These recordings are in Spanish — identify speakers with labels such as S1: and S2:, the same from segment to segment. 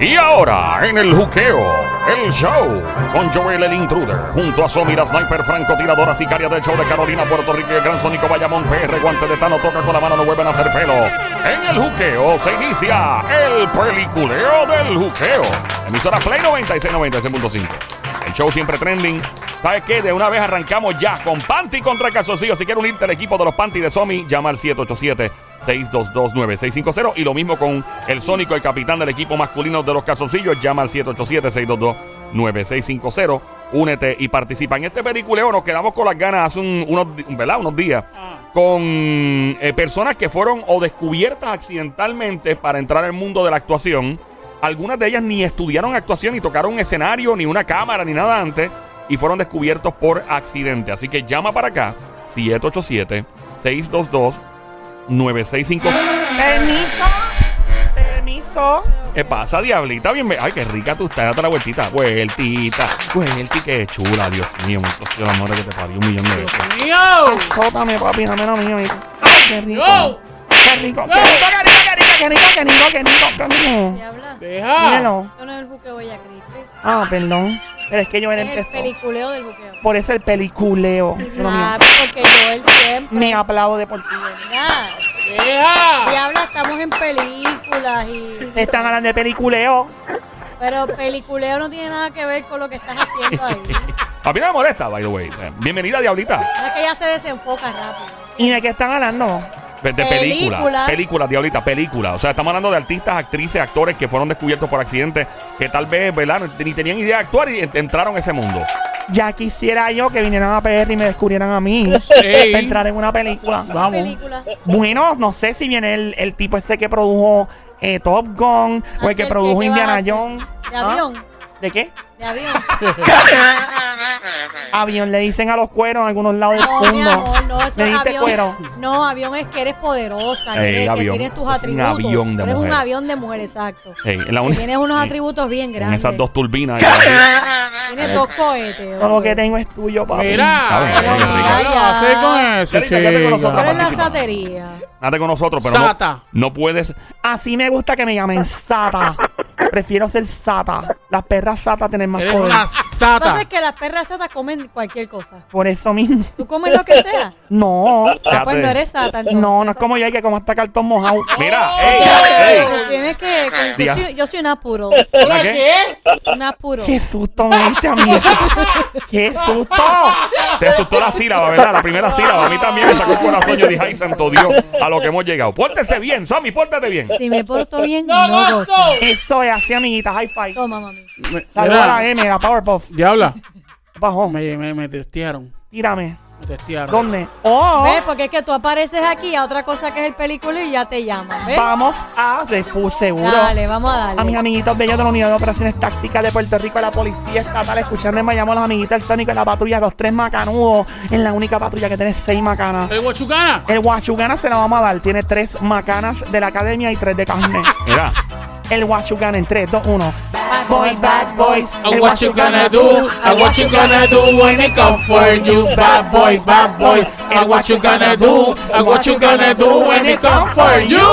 S1: Y ahora, en el juqueo, el show con Joel el Intruder, junto a Somi, la sniper francotiradora sicaria del show de Carolina, Puerto Rico y el gran sónico Bayamón PR, guante de Tano, toca con la mano, no vuelven a hacer pelo. En el juqueo se inicia el peliculeo del juqueo. Emisora Play 9696.5. El show siempre trending. ¿Sabes qué? De una vez arrancamos ya con Panty contra Calzoncillo. Si quieres unirte al equipo de los Panty de Somi, llama al 787 622-9650. Y lo mismo con el Sónico, el capitán del equipo masculino de los calzoncillos. Llama al 787-622-9650. Únete y participa. En este peliculeo nos quedamos con las ganas hace un- unos, di- ¿verdad? unos días con eh, personas que fueron o descubiertas accidentalmente para entrar al mundo de la actuación. Algunas de ellas ni estudiaron actuación, ni tocaron un escenario, ni una cámara, ni nada antes. Y fueron descubiertos por accidente. Así que llama para acá 787 622 9650.
S2: Permiso. Permiso.
S1: ¿Qué pasa, diablita? Bienven- Ay, qué rica tú estás. Date la vueltita. Vueltita. Vueltita. Qué chula, Dios mío. Dios mío, la madre que te parió un millón de veces.
S2: ¡Mío!
S1: Sótame, papi. Dame la mía, mijo. Qué rico.
S2: ¡Go!
S1: Qué rico. Qué rico, qué rico, qué rico, qué rico, qué rico, qué rico.
S3: Diabla,
S2: ¡Deja!
S4: Dímelo.
S3: esto no es el buqueo Bella Crispe,
S4: Ah, perdón. Pero es que yo era
S3: es el
S4: empezó.
S3: peliculeo del buqueo.
S4: Por eso el peliculeo. Eso es lo mío.
S3: Ah, porque Joel siempre.
S4: Me aplaude por ti.
S3: Mira,
S2: ¡Deja!
S3: Diabla, estamos en películas y.
S4: Te están hablando de peliculeo.
S3: Pero peliculeo no tiene nada que ver con lo que estás haciendo ahí.
S1: A mí no me molesta, by the way. Eh, Bienvenida, diablita.
S3: Es que ella se desenfoca rápido.
S4: ¿Y de qué están hablando?
S1: De de películas.
S3: Películas.
S1: Películas, diablita, películas. O sea, estamos hablando de artistas, actrices, actores que fueron descubiertos por accidente, que tal vez, ¿verdad? Ni tenían idea de actuar y ent- entraron a ese mundo.
S4: Ya quisiera yo que vinieran a PR y me descubrieran a mí.
S2: Sí.
S4: Para entrar en una película.
S2: Vamos.
S3: Películas.
S4: Bueno, no sé si viene el, el tipo ese que produjo eh, Top Gun o el
S3: Hacer
S4: que
S3: qué,
S4: produjo
S3: ¿qué vas
S4: Indiana
S3: a hacer?
S4: Jones.
S3: De
S4: ¿Ah?
S3: avión.
S4: ¿De qué?
S3: De avión.
S4: Avión le dicen a los cueros en algunos lados del
S3: No, mi
S4: mundo.
S3: amor, no, eso
S4: ¿Le
S3: es
S4: diste
S3: avión.
S4: cuero?
S3: No, avión es que eres poderosa,
S1: Ey,
S3: que eres-
S1: avión.
S3: que tienes
S1: Es
S3: tus
S1: un
S3: atributos.
S1: avión de
S3: eres un
S1: mujer.
S3: avión de mujer, exacto.
S1: Ey, la
S3: Que
S1: única-
S3: tienes unos
S1: Sí.
S3: atributos bien
S1: Con
S3: grandes.
S1: esas dos turbinas.
S3: Tienes dos cohetes.
S4: Todo lo que
S3: hombre.
S4: tengo es tuyo,
S1: Cabrón,
S4: papi.
S2: Mira,
S1: cabrón,
S2: mira, ¿qué
S3: cabrón.
S2: vas a hacer con eso,
S1: Carita, quédate con nosotros,
S3: ¿Cuál
S2: chica?
S3: es la
S1: participa.
S3: satería?
S1: Date con nosotros, pero no-
S2: Sata.
S1: no puedes
S4: Así me gusta que me llamen Sata. Prefiero ser Sata. Las perras Sata tienen más
S2: Eres
S4: poder.
S2: una sata.
S3: Entonces que las perras satas comen cualquier cosa.
S4: Por eso mismo.
S3: Tú comes lo que sea.
S4: No.
S3: Ah,
S1: Espérate.
S3: pues no eres sata entonces.
S4: No, no es como yo, que como hasta cartón mojado.
S1: Mira,
S3: Tú
S1: ey,
S3: tienes-
S1: ey.
S3: tú tienes que. con-
S1: Diga.
S3: Yo soy, yo soy un apuro.
S1: ¿Una qué?
S3: Un apuro.
S4: Qué susto me diste a mí. Qué susto.
S1: Te asustó la sílaba, ¿verdad? La primera sílaba. A mí también me sacó el corazón. Yo dije, ay, santo Dios, a lo que hemos llegado. Pórtese bien, Sammy, pórtate bien.
S3: Si me porto bien, no, gozo.
S4: Eso es así, amiguita. High five.
S3: Toma, mami.
S2: Me-
S4: Saludos
S2: mira,
S4: a la M, a Powerpuff.
S2: Diabla,
S4: Bajón.
S2: me, me, me testearon.
S4: Tírame.
S2: Me testearon.
S4: ¿Dónde? Oh.
S3: ¿Ves? Porque es que tú apareces aquí a otra cosa que es el película y ya te llaman. ¿Ves?
S4: Vamos a Refugio Seguro.
S3: Dale, vamos a
S4: A mis
S3: darle.
S4: amiguitos bellos de la Unidad de Operaciones Tácticas de Puerto Rico, a la Policía Estatal, escuchando en Bayamón a los amiguitos del Sónico, en la patrulla, los tres macanudos, en la única patrulla que tiene seis macanas.
S2: ¿El guachucana?
S4: El Huachucana se la vamos a dar, tiene tres macanas de la academia y tres de carne.
S1: Mira,
S4: El Huachucana en 3, 2, 1.
S3: Bad boys, bad boys.
S2: And what you gonna do? And what you gonna do when they come for you? Bad boys, bad boys. And what you gonna do? And what you gonna do when they come for you?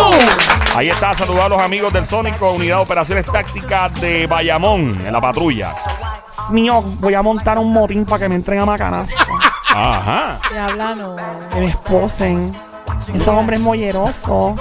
S1: ahí está. Saludar a los amigos del Sónico, Unidad de Operaciones Tácticas de Bayamón, en la patrulla.
S4: Mío, voy a montar un motín para que me entren a macanas.
S1: Ajá.
S3: Diabla, no.
S4: Que me esposen. Esos hombres mollerosos.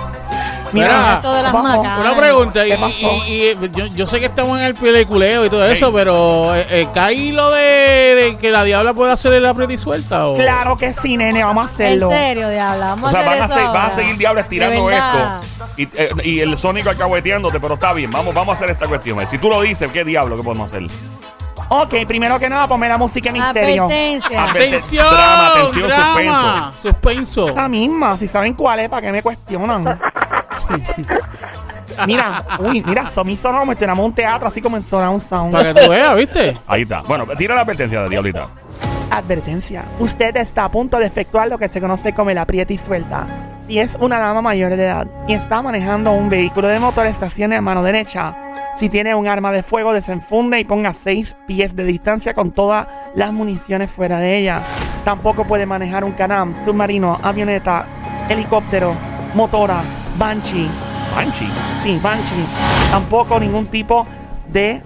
S2: Mira,
S3: Esto de las
S4: vamos.
S3: macas.
S2: Una pregunta, y,
S4: ¿Qué pasó?
S2: y- y- yo, yo sé que estamos en el peliculeo y todo eso, pero eh, eh, ¿cae lo de, de que la diabla puede hacer el aprieta y suelta? ¿o?
S4: Claro que sí, nene, vamos a
S3: En
S4: hacerlo.
S3: serio, diabla.
S1: Este O
S3: Vamos
S1: sea,
S3: a
S1: van
S3: hacer
S1: a,
S3: eso.
S1: se-
S3: ahora.
S1: van a seguir diablo estirando
S3: De
S1: esto.
S3: verdad.
S1: Y, eh, y el Sónico alcahueteándote, pero está bien. Vamos, vamos a hacer esta cuestión. Si tú lo dices, ¿qué diablo que podemos hacer?
S4: Ok, primero que nada, ponme la música de misterio.
S3: Advertencia.
S1: Adver-
S2: ¡Atención!
S1: Drama, atención,
S2: drama, suspenso.
S4: Esa misma, si saben cuál es, ¿para qué me cuestionan? mira, uy, mira, Somi sonó como estrenamos un teatro, así como en Sona un sound.
S2: Para que tú veas, ¿viste?
S1: Ahí está. Bueno, tira la advertencia de diablita.
S4: Advertencia. Usted está a punto de efectuar lo que se conoce como el aprieta y suelta. Si es una dama mayor de edad y está manejando un vehículo de motor, estacione a mano derecha. Si tiene un arma de fuego, desenfunde y ponga 6 pies de distancia con todas las municiones fuera de ella. Tampoco puede manejar un canam, submarino, avioneta, helicóptero, motora, banshee.
S1: Banshee.
S4: Sí, banshee. Tampoco ningún tipo de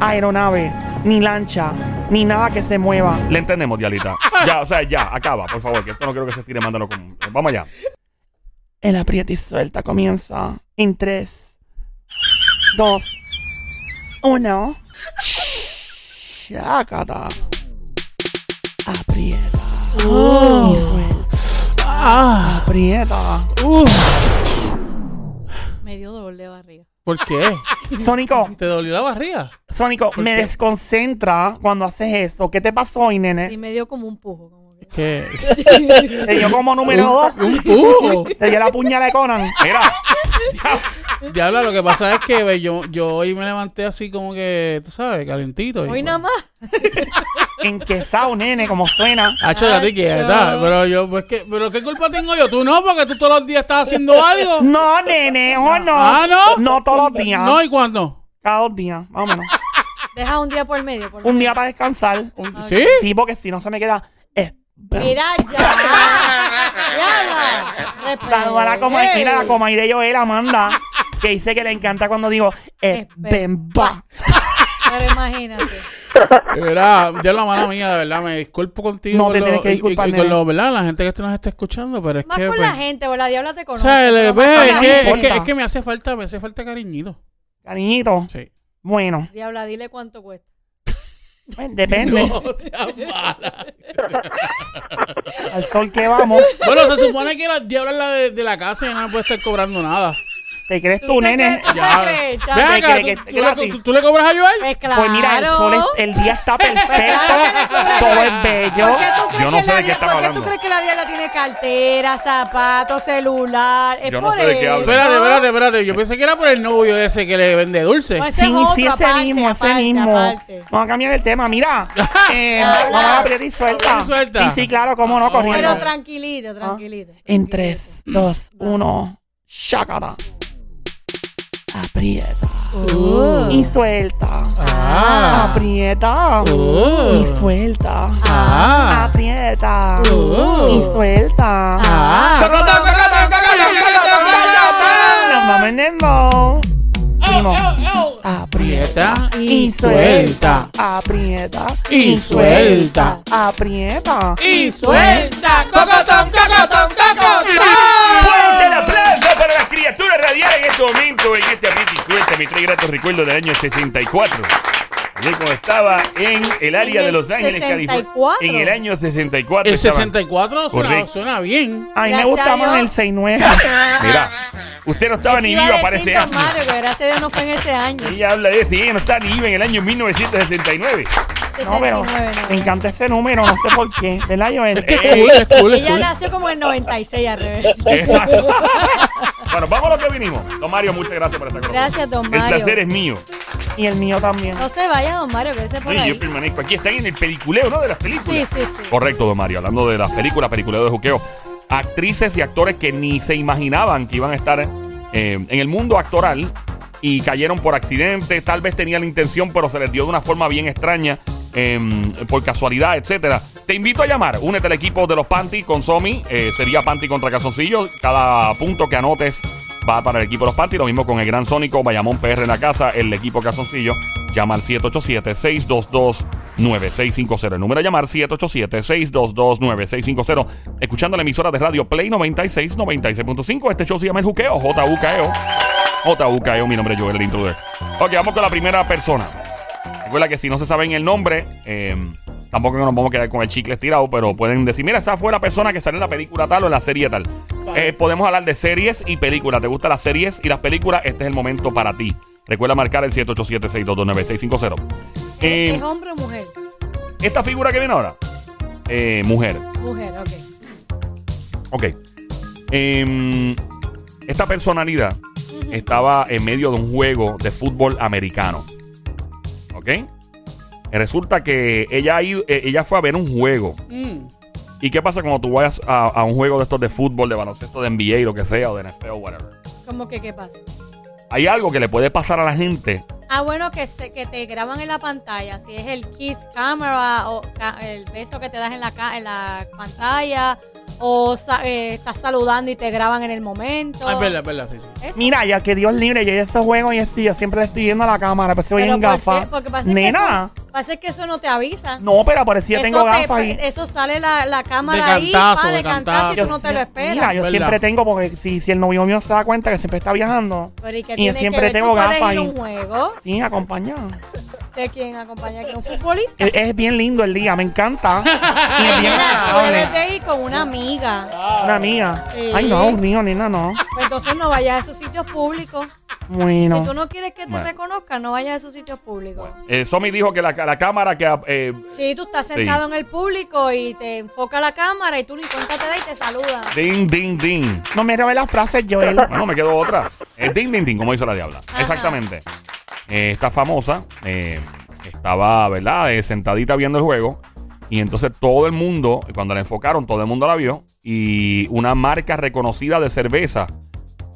S4: aeronave, ni lancha, ni nada que se mueva.
S1: Le entendemos, Dialita. Ya, o sea, ya, acaba, por favor, que esto no quiero que se estire, mándalo con. Vamos allá.
S4: El aprieta y suelta comienza en 3, 2, 1. Shakata. Aprieta. Y suelta.
S2: Ah,
S4: Aprieta.
S2: uh,
S3: Me dio dolor de barriga.
S2: ¿Por qué?
S4: Sónico,
S2: ¿Te dolió la barriga?
S4: Sónico,
S2: ¿Por
S4: me
S2: qué?
S4: desconcentra cuando haces eso. ¿Qué te pasó hoy, nene?
S3: Sí, me dio como un pujo. como que-
S2: ¿Qué?
S4: Te dio como número 2.
S2: Un pujo.
S4: Te dio la puñalada de Conan.
S1: Mira,
S2: Diabla, lo que pasa es que ve, yo, yo hoy me levanté así como que, tú sabes, calentito. y- pues,
S3: Hoy nada más.
S4: En quesao, nene, como suena.
S2: Hacho, date
S3: Hacho.
S2: quieta. Pero yo, pues que, pero qué culpa tengo yo. Tú no, porque tú todos los días estás haciendo algo.
S4: No, nene, oh no.
S2: Ah, ¿no?
S4: No todos los días.
S2: No, ¿y cuándo?
S4: Cada dos días, vámonos.
S3: Deja un día por medio. Por
S4: Un
S3: medio.
S4: día para descansar.
S2: Un- ¿Sí?
S4: Sí, porque si no se me queda. Eh,
S3: ¿Eh? Mira ya. ya. Respete.
S4: saluda a la coma mira, la coma de yo era Amanda, que dice que le encanta cuando digo eh,
S3: Eh,
S4: ven, va.
S3: Pero imagínate.
S2: Era, ya la mano mía, de verdad, me disculpo contigo.
S4: No,
S2: con
S4: te
S2: lo-
S4: tienes que
S2: y- y-
S4: disculpar,
S2: Y, con
S4: nene.
S2: lo, ¿verdad? La gente que nos está escuchando, pero es
S3: Más
S2: que.
S3: con
S2: pues,
S3: la gente, o la diabla te
S2: o
S3: conoce.
S2: sea,
S3: pero
S2: le-
S3: más
S2: ve,
S3: con
S2: es,
S3: la
S2: que,
S3: gente.
S2: es, que,
S4: importa.
S2: es que me hace falta, me hace falta cariñito.
S4: Cariñito.
S2: Sí.
S4: Bueno,
S3: Diabla, dile cuánto cuesta.
S4: pues, depende.
S2: No, seas mala.
S4: Al sol que vamos.
S2: Bueno, se supone que la diabla es la de, de la casa y no me puede estar cobrando nada.
S4: ¿Te crees tú,
S3: ¿Tú te
S4: nene?
S3: crees?
S2: Ya.
S3: crees,
S2: Ve
S3: chaval?
S2: acá,
S4: ¿Qué crees
S2: ¿tú,
S4: que-
S2: tú le,
S4: gratis?
S2: tú- tú le cobras a Joel?
S3: Pues claro.
S4: Pues mira, el sol, es- el día está perfecto. todo es bello.
S3: ¿Por qué tú crees
S1: Yo no
S3: que
S1: sé
S3: la
S1: de qué
S3: dia-
S1: están
S3: ¿por qué
S1: hablando.
S3: tú crees que la diabla tiene cartera, zapatos, celular? Es
S1: Yo no
S3: por
S1: sé de qué
S3: eso.
S1: hablan.
S2: Espérate, espérate, espérate. Yo pensé que era por el novio ese que le vende dulce.
S3: No, ese es
S4: Sí,
S3: otro,
S4: sí, ese
S3: aparte,
S4: mismo, ese
S3: aparte,
S4: mismo.
S3: aparte.
S4: Vamos a cambiar el tema, mira. eh,
S3: Habla.
S4: vamos a apretar y suelta.
S2: Aprieta y suelta.
S4: Sí, sí, claro, cómo no, corriendo.
S3: Pero tranquilito, tranquilito.
S4: En
S3: tranquilito.
S4: 3, 2, 1, shakara. Aprieta.
S3: Uh.
S4: Y suelta.
S2: Ah.
S4: Aprieta.
S2: Oh.
S4: Y suelta.
S2: Ah.
S4: Aprieta.
S2: Oh.
S4: Y suelta.
S2: Ah. Cocota, cocota, cocota, cocota, cocota.
S4: Nos vamos en dembow. Primo.
S2: Au, au.
S4: Aprieta.
S2: Aprieta
S4: Y
S2: Oh, y suelta.
S4: Aprieta.
S2: Y suelta.
S4: Aprieta.
S2: Y suelta. Cocotón, cocotón,
S1: Fuerte el
S2: cocotón.
S1: aplauso para las criaturas radiales en este momento, en este Aprieta y Suelta, mi tres gratos recuerdos del año 64. Yo como estaba en el área
S3: En
S1: de
S3: el
S1: Los Ángeles, California.
S3: 64.
S1: En el año 64.
S2: El
S1: estaba.
S2: 64 suena,
S1: Correcto.
S2: suena bien.
S4: A mí me
S3: Gracias
S4: gusta
S3: a
S4: más el
S3: Dios.
S4: 69.
S1: Mira, usted no estaba ni
S3: Iba a
S1: viva
S3: decir
S1: para ese
S3: Don
S1: año.
S3: Mario, que gracias a Dios no fue en ese año.
S1: Ella habla de este, ella no está ni viva en el año 1969.
S4: No, pero
S3: 69,
S4: me
S3: no.
S4: encanta ese número, no sé por qué. ¿Verdad, Joel?
S2: Es cool, es cool, es
S3: Ella
S2: cool.
S3: nació como en 96 al revés.
S1: Exacto. bueno, vamos a lo que vinimos. Don Mario, muchas gracias por estar con nosotros.
S3: Gracias, don
S1: El
S3: Mario.
S1: placer es mío.
S4: Y el mío también.
S3: No se vaya, don Mario, que ese por
S1: Sí, yo
S3: ahí.
S1: permanezco aquí. Están en el peliculeo, ¿no? De las
S3: Sí,
S1: películas.
S3: sí, sí.
S1: Correcto, don Mario. Hablando de las películas, peliculeo de juqueo. Actrices y actores que ni se imaginaban que iban a estar eh, en el mundo actoral y cayeron por accidente. Tal vez tenían la intención, pero se les dio de una forma bien extraña. eh, por casualidad, etcétera. Te invito a llamar. Únete al equipo de los Panty con Somi. Eh, sería Panty contra Calzoncillo. Cada punto que anotes va para el equipo de los Panty. Lo mismo con el Gran Sónico, Bayamón PR en la casa, el equipo Casoncillo. Llama al 787-622-9650. El número a llamar 787-622-9650. Escuchando la emisora de radio Play 96, 96.5. Este show se llama El Juqueo, JUKEO. JUKEO, mi nombre es Joel, el intruder. Ok, vamos con la primera persona. Recuerda que si no se saben el nombre, eh, tampoco nos vamos a quedar con el chicle estirado, pero pueden decir, mira, esa fue la persona que salió en la película tal o en la serie tal. Eh, podemos hablar de series y películas. ¿Te gustan las series y las películas? Este es el momento para ti. Recuerda marcar el 787-622-9650. Eh,
S3: ¿Es hombre o mujer?
S1: esta figura que viene ahora, eh, mujer.
S3: Mujer, ok.
S1: Ok. Em, esta personalidad estaba en medio de un juego de fútbol americano. ¿Ok? Eh, Resulta que ella, ha ido- eh, ella fue a ver un juego.
S2: Mm.
S1: ¿Y qué pasa cuando tú vas a, a un juego de estos de fútbol, de baloncesto, de NBA, lo que sea, o de NFL, whatever?
S3: ¿Cómo que qué pasa?
S1: Hay algo que le puede pasar a la gente.
S3: Ah, bueno, que, se, que te graban en la pantalla. Si es el kiss camera o ca- el beso que te das en la, ca- en la pantalla o sa- eh, estás saludando y te graban en el momento.
S2: Ah, es verdad, es verdad, sí, sí.
S3: Eso.
S4: Mira, ya que Dios libre, yo ya esos juegos y esto, yo siempre le estoy viendo a la cámara, pues pero si voy
S3: Pero
S4: en
S3: ¿por
S4: gafas.
S3: qué? Porque pasa
S4: Nena.
S3: que eso, pasa que eso no te avisa.
S4: No, pero por eso yo tengo
S3: eso, te-
S4: gafas y.
S3: eso sale la, la cámara
S2: De
S3: ahí,
S2: cantazo,
S3: pa, de,
S2: de
S3: cantazo, y
S2: cantazo.
S3: tú no te lo esperas.
S4: Mira, yo
S2: ¿Verdad?
S4: siempre tengo, porque si, si el novio mío se da cuenta que siempre está viajando,
S3: Pero ¿y qué
S4: y
S3: tiene
S4: siempre
S3: que ver?
S4: tengo
S3: ¿Tú
S4: gafas
S3: puedes ir a
S4: ahí.
S3: un juego
S4: sí, acompañado.
S3: de quien acompaña aquí a un futbolista?
S4: Es, es bien lindo el día, me encanta. Y es bien
S3: Mira, tú
S4: agradable.
S3: debes de ir con una amiga.
S4: Una amiga.
S3: Sí.
S4: Ay, no, mío, nena, no.
S3: Pues entonces no vayas a esos sitios públicos. Si tú
S4: Bueno.
S3: no quieres que te
S1: Bueno.
S3: reconozcan, no vayas a esos sitios públicos.
S1: Eh, Somi dijo que la, la cámara que... eh,
S3: Sí, tú estás sentado en el público y te enfoca la cámara y tú ni cuenta te das y te saludan.
S1: ding, ding, ding.
S4: No me robé las frases, Joel.
S1: Bueno, me quedó otra. Eh, ding, ding, ding, como dice la diabla.
S3: Ajá.
S1: Exactamente. Eh, esta famosa eh, estaba, ¿verdad? Eh, sentadita viendo el juego. Y entonces todo el mundo, cuando la enfocaron, todo el mundo la vio. Y una marca reconocida de cerveza.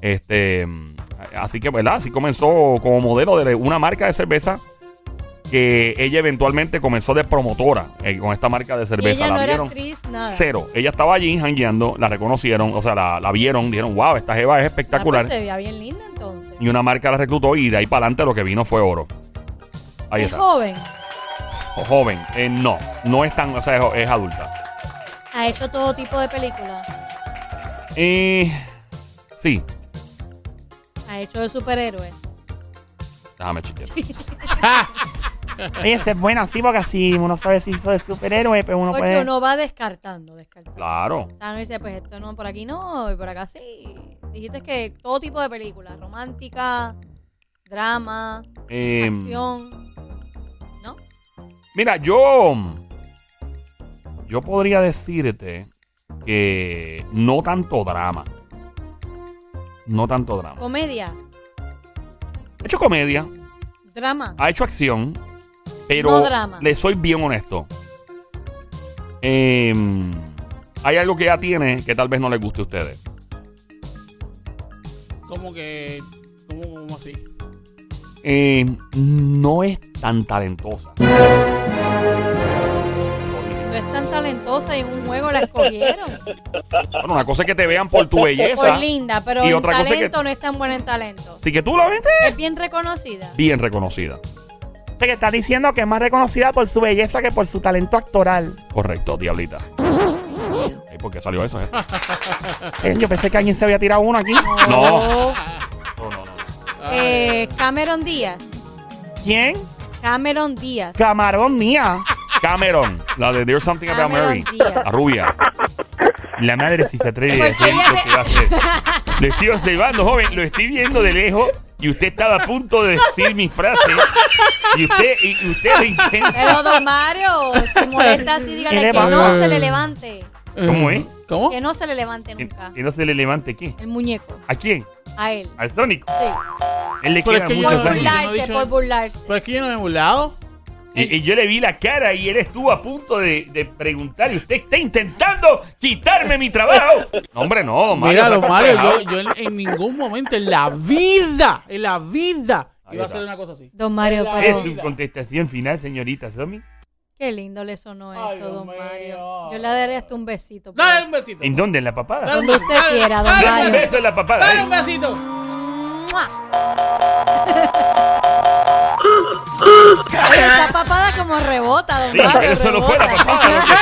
S1: Este, mm, así que, ¿verdad? Así comenzó como modelo de una marca de cerveza que ella eventualmente comenzó de promotora eh, con esta marca de
S3: Y
S1: cerveza.
S3: ella
S1: la
S3: no era
S1: vieron.
S3: actriz, nada.
S1: Cero. Ella estaba allí jangueando, la reconocieron, o sea, la, la vieron, dijeron, wow, esta jeva es
S3: Ah, pues eh.
S1: espectacular.
S3: se veía bien linda entonces.
S1: Y una marca la reclutó y de ahí para adelante lo que vino fue oro. Ahí
S3: Es
S1: está.
S3: joven.
S1: Joven. Eh, no, no es tan, o sea, es, jo- es adulta.
S3: Ha hecho todo tipo de películas.
S1: Eh, sí.
S3: Ha hecho de superhéroes.
S1: Déjame chequear.
S4: Oye, esa es buena, sí, porque así uno sabe si soy superhéroe, pero uno
S3: porque
S4: puede.
S3: uno va descartando, descartando.
S1: pues, Claro.
S3: O sea, uno dice, pues esto no, por aquí no, y por acá sí. Dijiste que todo tipo de películas, romántica, drama,
S1: Eh,
S3: acción. ¿No?
S1: mira, yo. Yo podría decirte que no tanto drama. No tanto drama.
S3: Comedia,
S1: He hecho comedia.
S3: drama.
S1: ha hecho acción, pero
S3: No drama.
S1: le soy bien honesto. Eh, hay algo que ella tiene que tal vez no les guste a ustedes.
S2: Como que. Como, como así.
S1: Eh, no es tan talentosa.
S3: Tú eres tan talentosa y en un juego la escogieron.
S1: Bueno, una cosa es que te vean por tu
S3: Por
S1: belleza.
S3: linda, pero
S1: Y
S3: en
S1: otra cosa es que-
S3: talento no es tan buena en talento.
S1: Así que tú la viste
S3: Es bien reconocida.
S1: bien reconocida.
S4: O sea, que está diciendo que es más reconocida por su belleza que por su talento actoral.
S1: Correcto, diablita. Ey, ¿Por qué salió eso? eh?
S4: Eh, yo pensé que alguien se había tirado uno aquí.
S1: No.
S3: Eh, Cameron Díaz.
S4: ¿Quién?
S3: Cameron Díaz.
S4: Camarón mía.
S1: Cameron, la de There's Something About Mary.
S3: Cameron Díaz.
S1: La rubia. La madre se atreve
S3: Porque
S1: hacer
S3: ella
S1: lo que va a hacer. Lo estoy observando, joven. Lo estoy viendo de lejos. Y usted estaba a punto de decir mi frase. Y usted, y y usted lo intenta.
S3: Pero don Mario, si molesta así, dígale
S4: ¿Qué le
S3: que
S4: pasa?
S3: no se le levante.
S1: ¿Cómo es?
S2: ¿Cómo?
S3: Que no se le levante
S1: Que
S3: nunca.
S1: que no se le levante qué.
S3: El muñeco.
S1: ¿A quién?
S3: A él.
S1: Al Sonic.
S3: Sí.
S1: Él le
S2: Pero
S1: queda
S2: es que yo
S1: mucho
S2: no
S3: Por
S2: lo vi.
S1: Sonic.
S2: Sonic.
S3: burlarse, por burlarse.
S2: Pero
S1: Pues,
S2: es que yo no me he burlado.
S1: Y, y yo le vi la cara y él estuvo a punto de, de preguntar. Y usted está intentando quitarme mi trabajo. No, hombre, no, don Mario.
S2: Mira, don
S1: está
S2: Mario,
S1: relajado.
S2: yo, yo en, en ningún momento en la vida, en la vida,
S1: Ahí
S2: iba a
S1: está.
S2: hacer una cosa así.
S3: Don Mario,
S2: Hola.
S1: ¿Es
S3: pero
S1: su contestación final, señorita Somi?
S3: qué lindo le sonó eso,
S2: Ay, Dios
S3: don
S2: mío.
S3: Mario. Yo le daré hasta un besito. por
S2: Dale
S3: eso.
S2: un besito.
S1: ¿En dónde? ¿En la papada?
S2: Dale un
S3: Donde
S2: besito.
S3: usted quiera, don
S2: Dale un
S1: Un
S3: Mario.
S1: beso en la papada.
S2: Dale
S1: ¿eh?
S2: un besito.
S3: ¡Mua! Esa papada como rebota, don
S1: Sí,
S3: Mario.
S1: pero eso no fue la
S3: rebota.
S1: papada, lo que-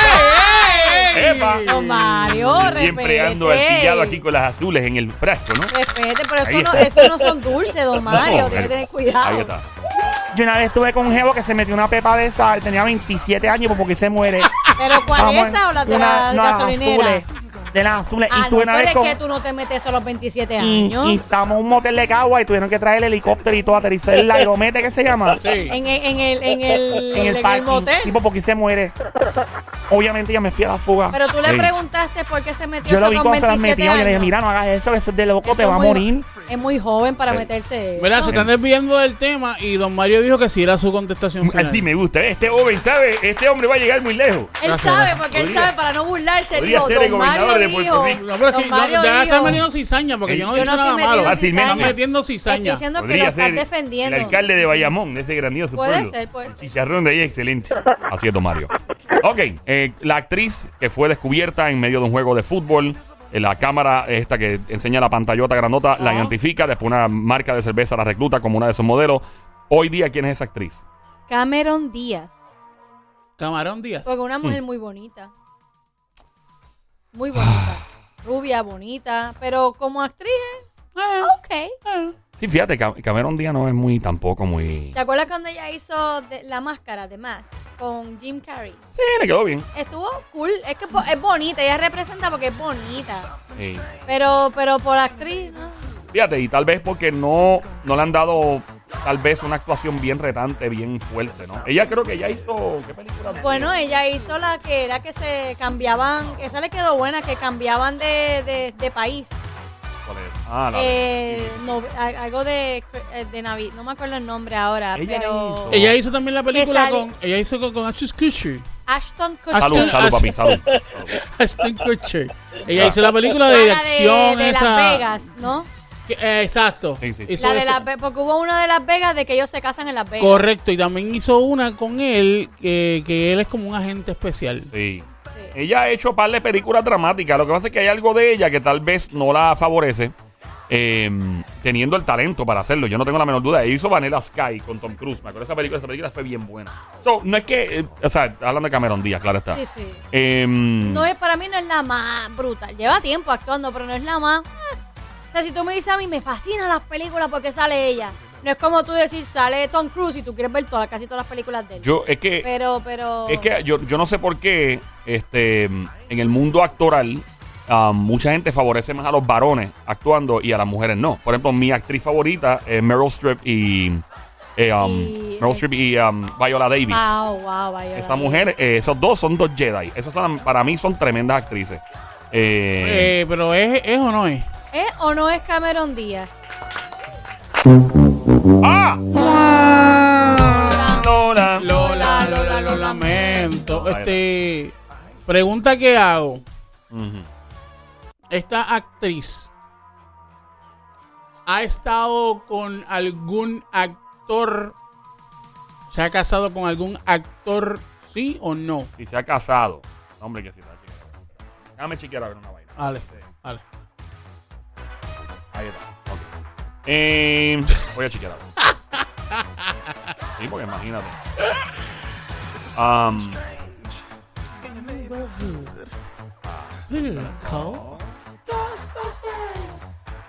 S2: ¡Ey, ey, ey!
S1: ¡Epa!
S3: Don Mario,
S1: Yo
S3: respete.
S1: Siempre ando artillado aquí con las azules en el frasco, ¿no?
S3: Respete, pero
S1: Ahí
S3: eso no,
S1: está.
S3: eso no son dulces, don Mario.
S1: No,
S3: tiene
S1: ahí-
S3: que tener cuidado.
S1: Ahí está.
S4: Yo una vez estuve con un jevo que se metió una pepa de esa, tenía 27 años pues, porque se muere.
S3: Pero ¿cuál
S4: Vamos,
S3: es esa o la de
S4: una-
S3: la
S4: no, las
S3: gasolinera?
S4: azules, de las azules.
S3: Ah,
S4: y
S3: no,
S4: tuve una
S3: pero
S4: vez
S3: es
S4: con.
S3: que tú no te metes eso a los 27
S4: y,
S3: años.
S4: y estamos en un motel de Cagua y tuvieron que traer el helicóptero y todo, aterrizar el aeromete que se llama.
S2: Sí.
S3: en, el, en, el, en, el,
S4: En el,
S3: en
S4: parking.
S3: motel.
S4: Tipo, porque se muere. Obviamente ella me fui a la fuga.
S3: Pero tú le
S1: Ey.
S3: preguntaste por qué se metió
S4: yo lo
S3: eso
S4: vi
S3: con
S4: cuando se las
S3: 27
S4: metía. Yo le dije,
S3: años.
S4: mira, no hagas eso, eso es de loco,
S3: Eso
S4: te
S3: es
S4: va a
S3: muy-
S4: morir.
S3: es muy joven para meterse.
S2: Mira,
S3: eso.
S2: se están desviando del tema y don Mario dijo que sí era su contestación final.
S5: Así me
S1: ¿eh?
S5: gusta. Este joven sabe, este hombre va a llegar muy lejos.
S3: Él sabe, porque él
S5: Podría-
S3: sabe para no burlarse.
S5: podría
S3: Digo,
S5: ser el
S3: don
S5: gobernador
S3: Mario
S5: de Puerto
S3: dijo.
S5: Rico.
S2: No, pero es que
S3: don Mario
S2: ya, ya
S3: dijo-
S2: están metiendo cizaña porque yo no he
S3: Yo
S2: dicho
S3: no
S2: nada
S3: estoy
S2: malo.
S3: metiendo
S5: Fácilmente.
S2: Están
S5: cizaña.
S2: metiendo
S3: Estoy
S2: cizaña.
S3: diciendo que lo
S5: Podría
S3: estás
S5: ser
S3: defendiendo.
S5: el alcalde de Bayamón, de ese grandioso
S3: Puede
S5: pueblo.
S3: ser, puede ser.
S5: El chicharrón de ahí es excelente.
S1: Así es, don Mario. Ok, eh, la actriz que fue descubierta en medio de un juego de fútbol. eh, La cámara esta que enseña la pantallota grandota la
S3: Ah.
S1: identifica, después una marca de cerveza la recluta como una de sus modelos. Hoy día, ¿quién es esa actriz?
S3: Cameron Díaz.
S2: Camarón Díaz.
S3: Porque una
S1: Mm.
S3: mujer muy bonita. Muy bonita. Rubia, bonita. Pero como actriz, eh,
S1: Eh.
S2: Ah,
S3: ok.
S2: ah.
S1: Sí, fíjate, Cam- Cameron Díaz no es muy, tampoco muy...
S3: ¿Te acuerdas cuando ella hizo de- la máscara de más con Jim Carrey?
S1: Sí, le quedó bien.
S3: Estuvo cool. Es que es bo- es bonita. Ella representa porque es bonita.
S1: Sí.
S3: Pero, pero por actriz, ¿no?
S1: Fíjate, y tal vez porque no, no le han dado tal vez una actuación bien retante, bien fuerte, ¿no? Ella creo que ya hizo... ¿Qué película?
S3: Bueno, ella hizo la que era que se cambiaban. Esa le quedó buena, que cambiaban de, de- de país.
S1: ¿Cuál es? Ah, la de-
S3: Eh, no- a- algo de, eh, de Navi. No me acuerdo el nombre ahora,
S1: Ella
S3: pero.
S1: hizo-
S2: Ella hizo también la película
S3: sale-
S2: con. Ella hizo con, con Ashton Kutcher.
S3: Ashton Kutcher.
S1: Salud,
S2: Ashton-
S1: salud, papi, salud.
S2: Ashton Kutcher. Ella hizo la película de
S3: La
S2: acción
S3: de, de
S2: esa.
S3: Las Vegas, ¿no?
S2: que- eh, exacto.
S1: Sí, sí.
S2: Hizo
S3: La de
S2: esa.
S3: Las Ve- porque hubo una de Las Vegas de que ellos se casan en Las Vegas.
S2: Correcto, y también hizo una con él, que, que él es como un agente especial.
S1: Sí. Ella ha hecho par de películas dramáticas. Lo que pasa es que hay algo de ella que tal vez no la favorece. eh, teniendo el talento para hacerlo, yo no tengo la menor duda. Ella hizo Vanilla Sky con Tom Cruise. Me acuerdo de esa película, esa película fue bien buena. So, no es que, eh, o sea, hablando de Cameron Díaz, claro está.
S3: Sí, sí.
S1: Eh,
S3: No es, para mí no es la más brutal. Lleva tiempo actuando, pero no es la más. eh. O sea, si tú me dices a mí, me fascinan las películas porque sale ella. No es como tú decir, sale Tom Cruise y tú quieres ver todas, casi todas las películas de él.
S1: yo, es que
S3: pero, pero.
S1: Es que yo, yo no sé por qué este, en el mundo actoral ah, mucha gente favorece más a los varones actuando y a las mujeres no. Por ejemplo, mi actriz favorita es Meryl Streep y, eh, um,
S3: Y- Ah,
S1: Meryl Streep y um, Viola Davis.
S3: Wow, wow, vaya.
S1: Esas mujeres, eh, esos dos son dos Jedi. Esas son- para mí son tremendas actrices. Eh,
S2: Eh, pero es, es o no es.
S3: ¿Es o no es Cameron Díaz?
S1: ¡Ah! Lola.
S2: Lola, Lola, lo lamento. Este, pregunta que hago.
S1: Ujú.
S2: Esta actriz ha estado con algún actor, se ha casado con algún actor, sí o no.
S1: Y se ha casado. No, hombre, que sí, está chiquera. Déjame chiquear a ver una vaina.
S2: Vale, vale.
S1: Ahí está. ok. Eh, voy a chequear ahora. Sí, porque imagínate. Am,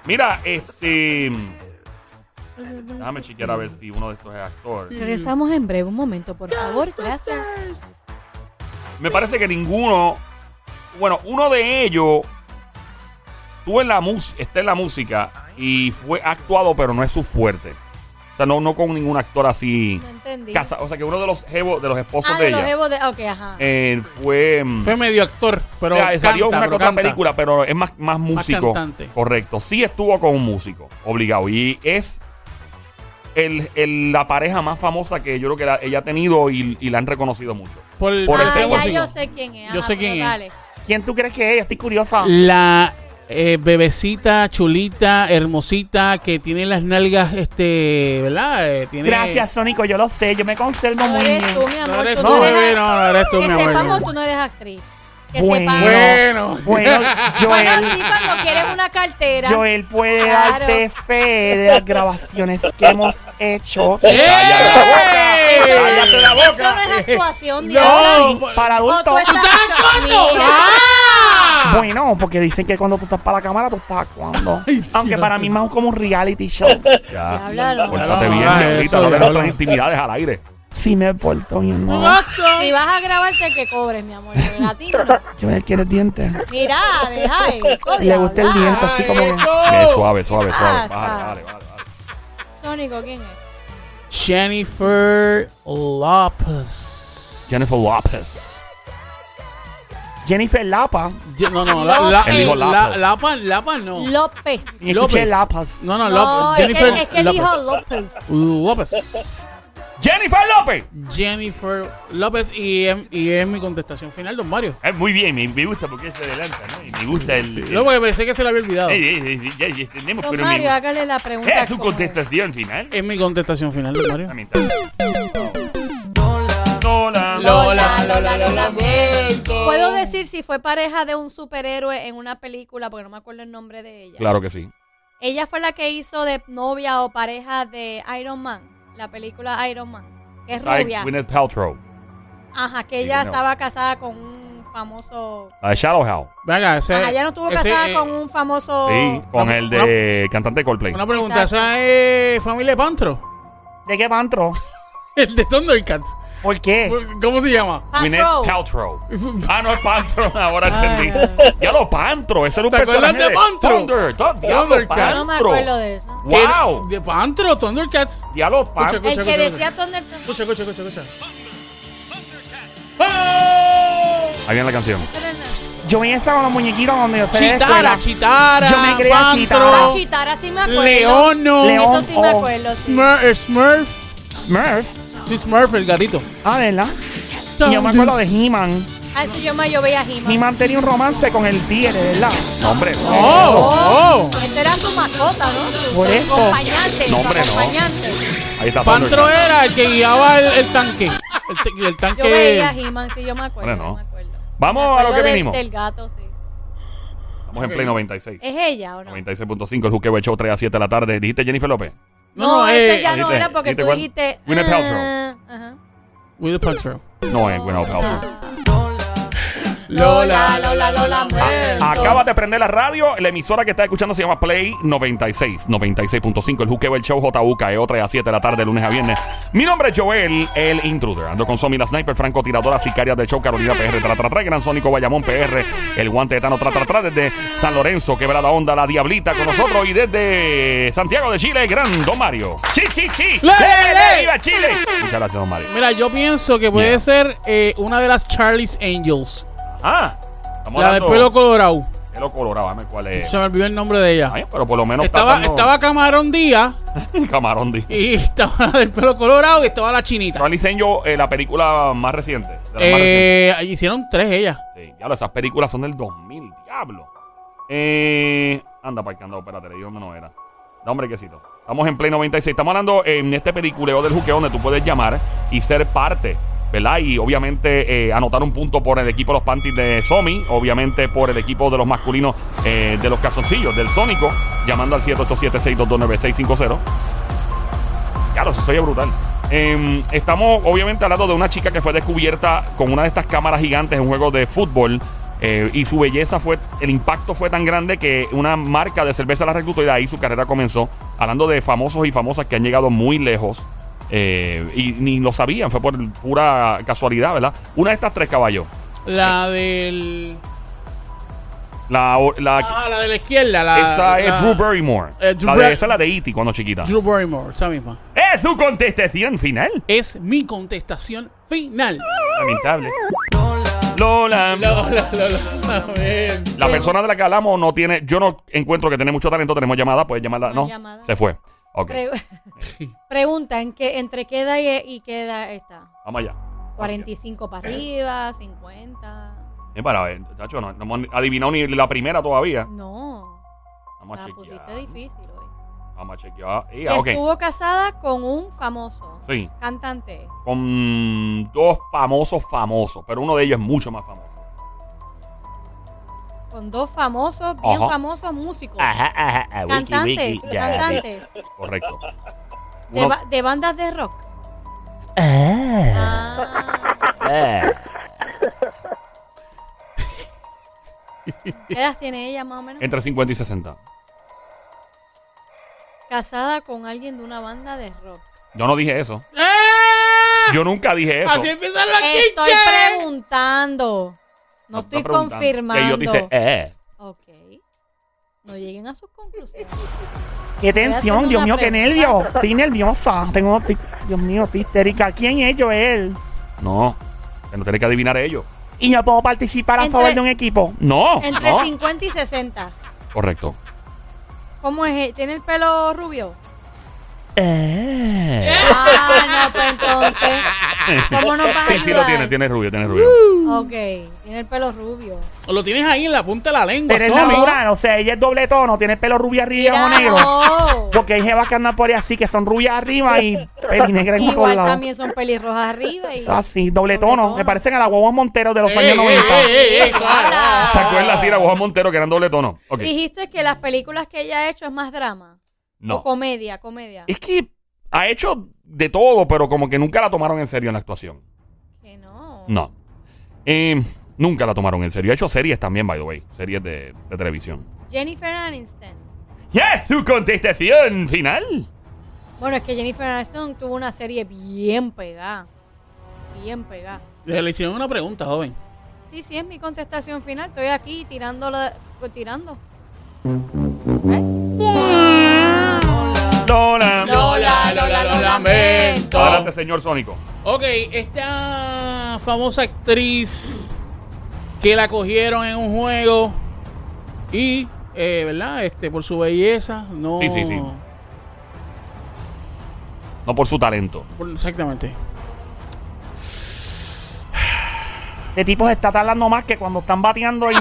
S1: mira, este. Déjame chequear a ver si uno de estos es actor.
S3: Regresamos en breve, un momento, por favor. Gracias.
S1: Me parece que ninguno. Bueno, uno de ellos estuvo en la mus- está en la música y fue actuado, pero no es su fuerte. O sea, no, no con ningún actor así.
S3: No entendí.
S1: Casa- o sea, que uno de los jevos- de los esposos
S3: ah,
S1: de
S3: de los
S1: ella
S3: jevos de. Ok, ajá.
S1: eh, fue. mm,
S2: Fue medio actor, pero
S1: o sea, salió
S2: canta,
S1: una
S2: pero
S1: que otra
S2: canta.
S1: película, pero es más, más músico.
S2: cantante.
S1: correcto. Sí estuvo con un músico, obligado. Y es el, el- la pareja más famosa que yo creo que la- ella ha tenido y, y la han reconocido mucho.
S2: Por,
S1: Por
S2: por
S1: el
S3: ah,
S2: ese
S1: tema.
S3: ya
S2: músico.
S3: yo sé quién es.
S2: Yo
S3: ajá,
S2: sé
S3: pero
S2: quién es.
S3: dale.
S4: ¿Quién tú crees que es? Estoy curiosa.
S2: La eh, bebecita, chulita, hermosita, que tiene las nalgas, este, ¿verdad? Eh, tiene,
S4: Gracias, Sónico. Yo lo sé. Yo me conservo
S3: No
S4: muy
S3: eres
S4: bien.
S3: tú, mi amor.
S2: No eres
S3: tú
S2: tú,
S3: no
S2: bebé,
S3: eres,
S2: no, no eres tú,
S3: que
S2: mi amor.
S3: sepamos, tú no eres actriz. Que
S4: Bueno.
S3: sepamos.
S2: Bueno.
S4: Bueno,
S3: Bueno,
S4: Joel.
S3: sí, cuando quieres una cartera.
S4: Joel puede
S3: Claro.
S4: darte fe de las grabaciones que hemos hecho.
S2: ¡Eh!
S1: ¡Cállate la
S3: Eso
S1: boca!
S3: no es actuación, Diabla.
S2: No, pa-
S4: Para
S3: O
S4: adultos.
S3: Oh, tú estás
S2: actuando!
S3: Mira,
S2: ¡Ah!
S4: Bueno, porque dicen que cuando tú estás para la cámara, tú estás actuando. Aunque para mí más como un reality show.
S1: Ya.
S3: Diabla, no.
S1: Pórtate
S2: no,
S1: bien,
S2: no,
S1: Diablita,
S2: eso,
S1: no le das
S2: diablo.
S1: las intimidades al aire.
S4: Si me porto bien, no.
S3: Si vas a grabarte, que cobres, mi amor. de Gratis.
S4: Joel quiere dientes.
S3: Mira, deja eso.
S4: Le gusta el
S3: diabla.
S4: diente, así como que-
S1: Eh,
S2: Eso.
S1: suave, suave, suave.
S3: Oh, pasa?
S1: Bájale, bájale, bájale, bájale.
S3: Sónico, ¿quién es?
S2: Jennifer Lopez.
S1: Jennifer Lopez.
S4: Jennifer Lapa.
S2: Ye- No, no, la, la,
S3: Él dijo
S2: la, Lapa, Lapa no.
S3: López.
S4: Y escuché
S2: López.
S4: Lapas.
S2: No, no,
S3: No,
S2: López.
S3: es
S2: Jennifer
S3: que, es que él
S2: López.
S3: dijo López.
S2: López.
S5: ¡Jennifer López!
S2: Jennifer López y, em- y es mi contestación final, don Mario.
S5: Ah, muy bien, me, me gusta porque se adelanta, ¿no? Y me gusta el. el-
S2: No, porque pensé que se la había olvidado.
S5: eh, eh, eh, ya, ya entendemos,
S3: Don
S5: pero me
S3: Mario,
S5: gusta.
S3: hágale la pregunta.
S1: Eh,
S5: ¿Es tu
S3: como-
S5: contestación final?
S2: Es mi contestación final, don Mario.
S5: Lamentable. Lola.
S3: Lola, Lola, lo lamento. Puedo decir si fue pareja de un superhéroe en una película, porque no me acuerdo el nombre de ella.
S1: Claro que sí.
S3: Ella fue la que hizo de novia o pareja de Iron Man, la película Iron Man, que es
S1: Sai
S3: rubia.
S1: Gwyneth Paltrow.
S3: Ajá, que
S1: Sí,
S3: ella
S1: no.
S3: estaba casada con un famoso.
S1: La de Shadowhell.
S2: Venga, ese.
S3: Ajá, ella no estuvo
S2: ese,
S3: casada
S2: eh,
S3: con un famoso.
S1: Sí, con
S2: una-
S1: el de cantante de Coldplay.
S2: Una pregunta,
S3: Exacto.
S2: ¿esa es familia de Pantro?
S4: ¿De qué pantro?
S2: El de Thundercats.
S4: ¿Por qué?
S2: ¿Cómo se llama?
S3: Patrol.
S1: Gwyneth Paltrow. Ah, no, es Pantro. Ahora
S3: Ah.
S1: entendí. Ya lo Pantro. Ese era un
S2: ¿Te acuerdas
S1: personaje
S2: de Pantro?
S1: Thunder. Thund- Diablo
S2: Thundercats.
S1: Pantro.
S3: No me acuerdo de eso.
S1: Wow.
S2: ¿De Pantro? ¿Thundercats?
S1: Diablo Pantro.
S2: Escucha,
S3: El que
S2: escucha,
S3: decía Thundercat.
S2: Escucha, escucha, escucha, escucha.
S1: Ahí viene la canción.
S4: Yo me estaba con los muñequitos cuando yo salí de
S2: Chitara,
S4: escuela.
S2: Chitara.
S4: Yo me creía
S2: Pantro,
S4: Chitara. pues,
S3: La chitara, sí me acuerdo.
S2: Leono.
S4: León.
S3: Eso sí me
S4: Oh,
S3: acuerdo. sí.
S2: Smurf, eh, Smurf.
S4: Smurf.
S2: Sí, Smurf, el gatito.
S4: Ah, ¿verdad? Y yo me acuerdo de He-Man.
S3: Ah, eso yo me yo veía a He-Man.
S4: He-Man tenía un romance con el tigre, ¿verdad?
S1: No, hombre.
S2: Oh, oh.
S3: Ese era su mascota, ¿no? Su
S4: Por eso.
S3: acompañante.
S1: No,
S3: su
S1: hombre, no.
S3: acompañante.
S1: Ahí está
S2: Pantro
S1: Thundercats.
S2: era el que guiaba el, el tanque. El, te- el tanque.
S3: Yo veía a He-Man, sí, yo me acuerdo.
S1: Hombre, no.
S3: me acuerdo.
S1: Vamos
S3: Me
S1: a lo
S3: acuerdo
S1: que
S3: del-
S1: vinimos.
S3: Del gato, sí.
S1: Estamos en Play 96.
S3: ¿Es ella o no?
S1: 96.5, el juqueo hecho 3 a 7 de la tarde. Dijiste Jennifer López.
S2: No, no,
S3: ese
S2: eh,
S3: ya no
S1: dijiste-
S3: era porque
S1: dijiste
S3: tú
S1: cuál?
S3: dijiste.
S1: Gwyneth Paltrow.
S3: ah, ajá.
S2: With the Pantro.
S1: No es Gwyneth Paltrow.
S3: Lola, Lola,
S1: Ah.
S3: Lola,
S1: A- Acabas de prender la radio. La emisora que estás escuchando se llama Play 96, 96.5. El Juqueo, el show JUKEO 3 a 7 de la tarde, lunes a viernes. Mi nombre es Joel, el intruder. Ando con Somi, la sniper, francotiradora, sicaria del show, Carolina PR, tra, tra, tra, Gran Sónico, Bayamón PR, el guante de Tano, tra, tra, tra, desde San Lorenzo, Quebrada Onda, la Diablita con nosotros y desde Santiago de Chile, Gran Don Mario. ¡Chi, chi, chi!
S2: ¡Le, le, le!
S1: ¡Viva Chile! Muchas gracias, Don Mario.
S2: Mira, yo pienso que puede
S1: Yeah.
S2: ser eh, una de las Charlie's Angels.
S1: Ah, estamos
S2: La del
S1: hablando
S2: pelo colorado.
S1: pelo colorado, dame cuál es.
S2: Se me olvidó el nombre de ella.
S1: Ay, pero por lo menos está
S2: estaba,
S1: dando-
S2: estaba Camarón Díaz
S1: Camarón di.
S2: y estaba la del pelo colorado y estaba la chinita.
S1: Charlie Angel, eh, la película más reciente. de las más recientes.
S2: Eh, ahí hicieron tres ellas.
S1: Sí, diablo, esas películas son del 2000, diablo. Eh, anda, para el candado, espérate, ¿y dónde no era? Da un brequecito. Estamos en Play 96. Estamos hablando eh, en este peliculeo del juqueo donde tú puedes llamar y ser parte, ¿verdad? Y obviamente eh, anotar un punto por el equipo de los Panties de Somi, obviamente por el equipo de los masculinos eh, de los calzoncillos, del Sónico, llamando al 787-622-9650. Claro, eso sería brutal. Eh, estamos obviamente hablando de una chica que fue descubierta con una de estas cámaras gigantes en un juego de fútbol. eh, y su belleza fue, el impacto fue tan grande que una marca de cerveza la reclutó y de ahí su carrera comenzó. Hablando de famosos y famosas que han llegado muy lejos eh, y ni lo sabían, fue por pura casualidad, ¿verdad? Una de estas tres caballos.
S2: La del.
S1: La, la-
S2: Ah, la de la izquierda. La,
S1: esa es
S2: la-
S1: Drew Barrymore.
S2: Eh, Drew
S1: La de-
S2: Bar-
S1: esa es la de E.T. cuando chiquita.
S2: Drew Barrymore, esa misma.
S1: ¡Es tu contestación final!
S2: Es mi contestación final.
S1: Lamentable. Lola.
S2: Lo, lo, lo, lo lamento.
S3: Eh,
S1: La persona de la que hablamos no tiene. Yo no encuentro que tiene mucho talento. Tenemos llamada, puedes llamarla.
S3: No
S1: No,
S3: hay llamada.
S1: se fue. Ok,
S3: Pre- Pregunta, ¿en qué, ¿entre qué edad y, y qué edad está?
S1: vamos allá.
S3: 45 para arriba, 50.
S1: Es para ver, eh, chacho, no, no hemos adivinado ni la primera todavía.
S3: No,
S1: Vamos a
S3: la pusiste
S1: chequear.
S3: difícil hoy.
S1: Vamos a chequear. Ya, ok.
S3: Estuvo casada con un famoso
S1: Sí,
S3: cantante.
S1: con dos famosos famosos, pero uno de ellos es mucho más famoso.
S3: Con dos famosos, bien
S1: Ajá. Ah,
S3: famosos músicos.
S1: Ajá, ajá, ajá.
S3: Cantantes, cantantes.
S1: Correcto.
S3: De,
S1: Uno- Eh.
S3: ba- de bandas de rock. Ah. ¿Qué edad tiene ella más o menos?
S1: entre 50 y 60.
S3: Casada con alguien de una banda de rock.
S1: Yo no dije eso.
S2: ¡Ah!
S1: Yo nunca dije eso.
S2: Así empiezan los
S3: Estoy
S2: chinches.
S3: preguntando.
S1: está
S3: No, estoy
S1: preguntando. Que
S3: confirmando.
S1: yo te dice, eh.
S3: Ok. No lleguen a sus conclusiones.
S4: Qué
S3: haciendo una
S4: tensión, Dios mío, qué
S3: pregunta.
S4: nervio. Estoy nerviosa. Tengo, estoy- Dios mío, estoy histérica. ¿Quién es Joel?
S1: No, que no tenés que adivinar ellos.
S4: y yo puedo participar a
S3: Entre-
S4: favor de un equipo.
S5: No,
S3: Entre
S5: no.
S3: 50 y 60.
S1: Correcto.
S3: ¿Cómo es? Eh, ¿Tiene el pelo rubio?
S4: Eh.
S3: Ah, no, pues entonces. ¿Cómo nos vas a
S1: Sí, sí lo
S3: ayudar?
S1: tiene, tiene rubio, tiene rubio.
S3: Ok, tiene el pelo rubio.
S2: Lo tienes ahí en la punta de la lengua,
S4: Pero es
S2: Sony.
S4: natural, o sea, ella es doble tono, tiene el pelo rubio arriba o
S3: Mira, oh.
S4: negro.
S3: no.
S4: Porque hay jevas que andan por ahí así, que son rubias arriba y pelinegras en todos
S3: Igual
S4: lados.
S3: también son pelirrojas arriba. Y...
S4: Eso así, doble tono. Me parecen a la guagua Montero de los
S1: Eh,
S2: Ey,
S4: años
S2: ey,
S4: 90.
S2: ey, ey, ey, suave.
S3: Hola.
S1: ¿Te acuerdas, Cira Guajón Montero, que eran doble tono? Ok.
S3: Dijiste que las películas que ella ha hecho es más drama. O
S1: No.
S3: comedia, comedia.
S1: Es que ha hecho de todo, pero como que nunca la tomaron en serio en la actuación.
S3: Que no.
S1: No. Eh, nunca la tomaron en serio. Ha hecho series también, by the way. Series de, de televisión.
S3: Jennifer Aniston.
S1: ¡Ya! ¡Tu contestación final!
S3: Bueno, es que Jennifer Aniston tuvo una serie bien pegada. Bien pegada.
S2: Le hicieron una pregunta, joven.
S3: Sí, sí, es mi contestación final. Estoy aquí tirando la- tirando. ¿Eh?
S1: Lola.
S2: Lola, Lola, lo lamento.
S1: Adelante, este señor Sónico.
S2: Ok, esta famosa actriz que la cogieron en un juego y, eh, ¿verdad? Este, por su belleza, no.
S1: Sí, sí, sí. No por su talento.
S2: por- exactamente.
S4: De tipos está tardando más que cuando están bateando en,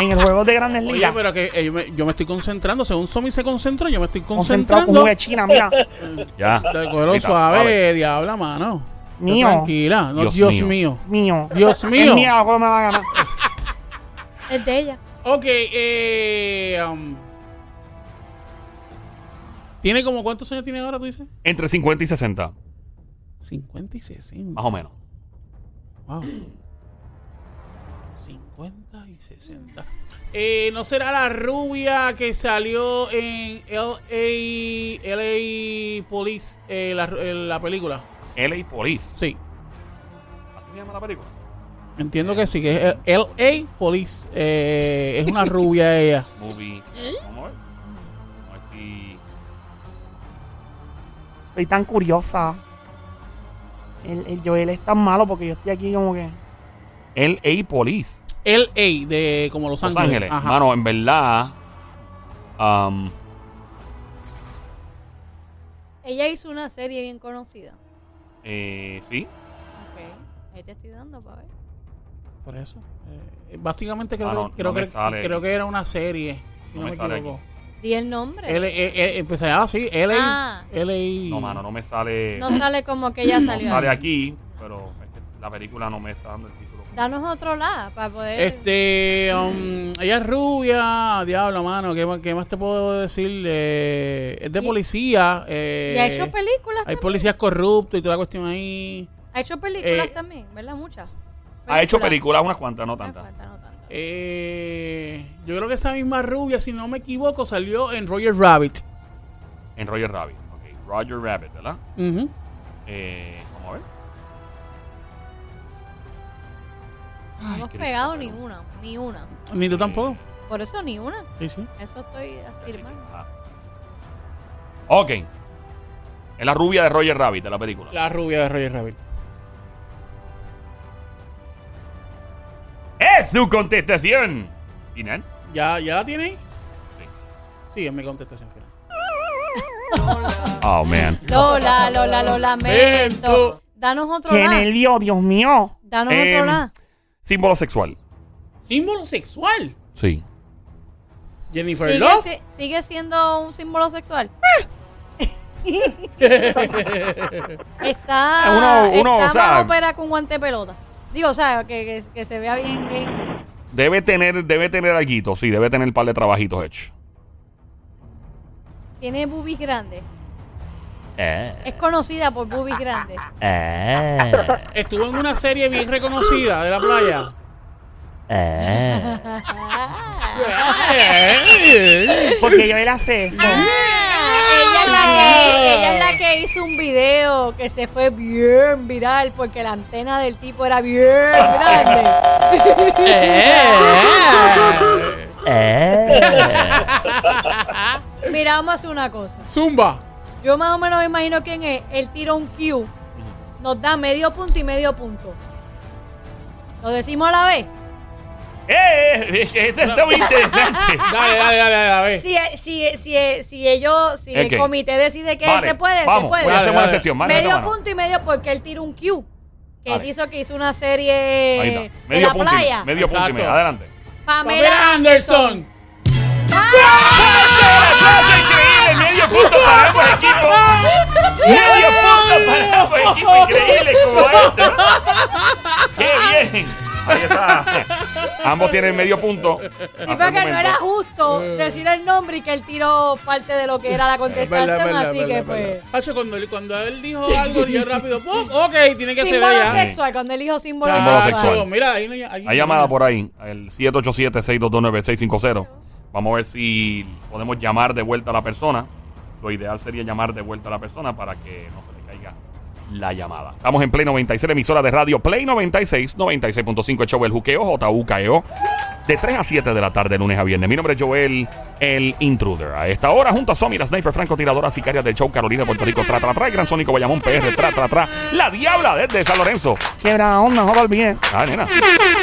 S4: en el juego de grandes
S2: Oye,
S4: ligas.
S2: pero que eh, yo, me, yo me estoy concentrando. Según Somi se concentró, yo me estoy
S4: Concentrado con un
S2: concentrando.
S4: de China, mira.
S1: Ya.
S2: Te cogieron
S1: Mira,
S2: suave,
S1: suave.
S2: diabla, mano.
S4: Mío.
S2: Tranquila, no,
S1: Dios
S2: Dios,
S1: mío.
S2: mío.
S4: Mío.
S2: Dios mío.
S4: Es mío, hago lo que me da la gana.
S3: Es de ella.
S2: Ok, eh. um, ¿Tiene como cuántos años tiene ahora, tú dices?
S1: Entre 50 y 60,
S2: 50 y 60.
S1: más o menos.
S2: Wow. 50 y 60. Eh, ¿No será la rubia que salió en LA, LA Police, eh, la, eh, la película?
S1: LA Police.
S2: Sí,
S1: ¿Así se llama la película?
S2: entiendo que sí, que es LA Police. eh, es una rubia ella.
S1: Movie.
S3: ¿Eh?
S1: Vamos a ver. Vamos a ver si.
S4: Estoy tan curiosa. El, el Joel es tan malo porque yo estoy aquí como que.
S1: LA Police.
S2: LA, de como Los
S1: Los Ángeles.
S2: Ángeles. Ajá.
S1: Mano, en verdad. um, am,
S3: Ella hizo una serie bien conocida.
S1: eh, sí.
S3: Ok. Ahí te estoy dando para ver.
S2: Por eso. Eh, básicamente creo,
S1: Ah, no,
S2: que, creo,
S1: no me
S2: que-
S1: sale.
S2: creo que era una serie, si
S1: No
S2: no,
S1: me
S2: me,
S1: sale
S2: equivoco.
S3: Di el nombre.
S2: L, eh, eh, empezaba así, L,
S3: Ah.
S2: L,
S1: No, mano, no me sale.
S3: No sale como que ella
S1: no
S3: salió.
S1: sale
S3: ahí.
S1: aquí, pero es que la película no me está dando el título.
S3: Danos otro lado para poder.
S2: Este, um, ella es rubia, diablo, mano, ¿qué, más- qué más te puedo decir? Eh, es de
S3: Y-
S2: policía.
S3: Y
S2: Eh,
S3: ha hecho películas
S2: hay
S3: también.
S2: policías corruptos y toda la cuestión ahí.
S3: Ha hecho películas
S2: eh,
S3: también, ¿verdad? Muchas.
S1: Ha hecho películas unas cuantas, no tantas.
S3: Unas cuantas, no tantas.
S2: Eh, yo creo que esa misma rubia, si no me equivoco, salió en Roger Rabbit.
S1: En Roger Rabbit. Ok, Roger Rabbit, ¿verdad?
S2: Ujú.
S1: Eh, vamos a ver.
S3: No hemos pegado ni una, ni una.
S2: Ni tú
S1: Eh,
S2: tampoco.
S3: Por eso ni una.
S2: Sí, sí.
S3: Eso estoy afirmando.
S1: Ah. Ok. Es la rubia de Roger Rabbit de la película.
S2: La rubia de Roger Rabbit.
S1: ¡Es tu ¡Eh! contestación! ¿Final?
S2: ¿Ya, ya la tiene ahí?
S1: Sí.
S2: Sí, es mi contestación final.
S1: Oh, man.
S3: Lola, Lola, lo lamento.
S2: Lamento.
S3: Danos otro
S4: ¡Qué
S3: lado.
S4: nervio, Dios mío!
S3: Danos
S1: Em,
S3: otro lado.
S1: Símbolo sexual.
S2: Símbolo sexual.
S1: Sí.
S2: Jennifer
S3: ¿Sigue,
S2: Love.
S3: si- sigue siendo un símbolo sexual. está
S1: Uno- uno,
S3: está
S1: o sea-
S3: más ópera con guante de pelota. Digo, o sea, que, que- que se vea bien, bien.
S1: Debe tener, debe tener alguito, sí, debe tener un par de trabajitos hechos.
S3: Tiene boobies grandes.
S1: Eh,
S3: Es conocida por boobies grandes.
S1: eh,
S2: Estuvo en una serie bien reconocida de la playa.
S1: eh.
S2: ¡Eh!
S4: Porque Joel hace eso.
S3: Ah. Ella es, la que, ella es la que hizo un video que se fue bien viral porque la antena del tipo era bien grande. Mira, vamos a hacer una cosa.
S2: Zumba.
S3: Yo más o menos me imagino quién es. Él tira un Q. Nos da medio punto y medio punto. Lo decimos a la vez.
S5: ¡Eh! eh, Esto está muy interesante.
S2: Dale, dale, dale, dale, a ver.
S3: Si, si, si, si ellos, si
S5: Ok.
S3: el comité decide que
S5: Vale,
S3: se puede, se
S5: vamos,
S3: puede.
S5: Voy a hacer
S2: Dale,
S5: una
S2: dale.
S5: sesión.
S3: medio
S5: Medio
S3: punto y medio porque él tiró un Q. Que él
S5: Vale.
S3: hizo que hizo una serie
S5: Ahí
S3: en
S5: está. Medio
S3: la
S5: punto. y-
S3: playa.
S5: Medio punto y
S2: Exacto.
S5: medio. Adelante.
S2: Pamela Anderson.
S5: ¡Aplauso increíble! ¡Medio punto para ambos equipos! ¡Medio punto para ambos equipos! ¡Increíble como esto! ¡Qué bien! Ahí está. Ambos tienen medio punto.
S3: Sí, porque no era justo decir el nombre y que él tiró parte de lo que era la contestación, así que pues.
S2: Hacho, Ah, cuando, él- cuando él dijo algo, yo rápido, ¡pum! Ok, tiene que ser
S3: Símbolo
S2: ella.
S3: sexual, cuando él dijo símbolo
S2: Chacho,
S1: Símbolo
S3: sexual.
S1: sexual.
S2: Mira, ahí no hay- ahí no
S1: Hay llamada por ahí, el 787-622-9650. Vamos a ver si podemos llamar de vuelta a la persona. Lo ideal sería llamar de vuelta a la persona para que no se le caiga la llamada. Estamos en Play 96, la emisora de radio Play 96, 96.5, el show El Juqueo, JUKEO, E de 3 a 7 de la tarde, lunes a viernes. Mi nombre es Joel, el intruder. A esta hora, junto a Somi, la sniper francotiradora sicaria del show Carolina, Puerto Rico, tra, tra, tra, el gran sónico Bayamón, PR, tra, tra, tra, la diabla desde San Lorenzo.
S4: Quebrada onda, no lo olvides.
S1: Ah, nena.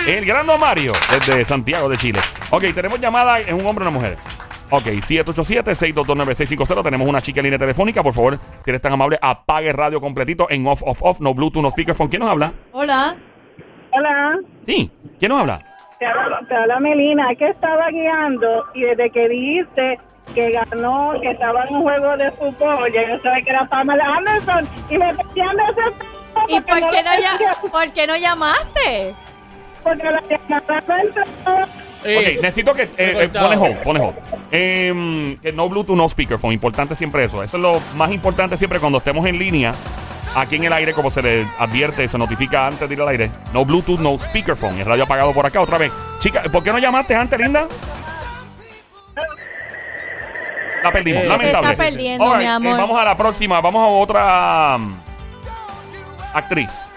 S1: El gran Don Mario, desde Santiago de Chile. Ok, tenemos llamada, es un hombre o una mujer. Ok, 787-622-9650. Tenemos una chica en línea telefónica. Por favor, si eres tan amable, apague radio completito en off, off, off. No Bluetooth, no speakerphone. ¿Quién nos habla?
S3: Hola.
S6: Hola,
S1: Sí, ¿quién nos habla?
S6: te habla, te habla Melina, que estaba guiando y desde que dijiste que ganó, que estaba en un juego de fútbol, ya yo sabía que era Pamela Anderson y me metí a Anderson.
S3: ¿Y por qué no,
S6: ya?
S3: llam- por qué no llamaste?
S6: Porque la llamada no entró.
S2: Eh,
S1: Ok, necesito que. eh, eh,
S2: Recortado.
S1: pone hold, pone hold. Em, que no Bluetooth, no speakerphone. Importante siempre eso. Eso es lo más importante siempre cuando estemos en línea. Aquí en el aire, como se le advierte, se notifica antes de ir al aire. No Bluetooth, no speakerphone. El radio apagado por acá otra vez. Chica, ¿por qué no llamaste antes, linda? La perdimos,
S2: Eh,
S1: lamentable.
S3: Se está perdiendo,
S1: Alright,
S3: mi
S1: eh,
S3: amor.
S1: vamos a la próxima, vamos a otra mm, actriz.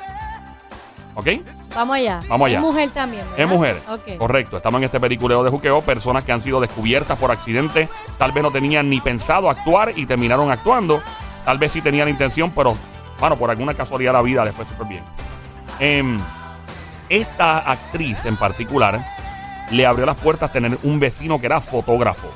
S1: ¿Ok?
S3: Vamos allá.
S1: Vamos allá.
S3: Es mujer también. ¿verdad?
S1: Es mujer.
S3: Ah, Ok.
S1: Correcto. Estamos en este periculeo de juqueo. Personas que han sido descubiertas por accidente. Tal vez no tenían ni pensado actuar y terminaron actuando. Tal vez sí tenían la intención, pero, bueno, por alguna casualidad la vida les fue súper bien. Em, esta actriz en particular le abrió las puertas a tener un vecino que era fotógrafo.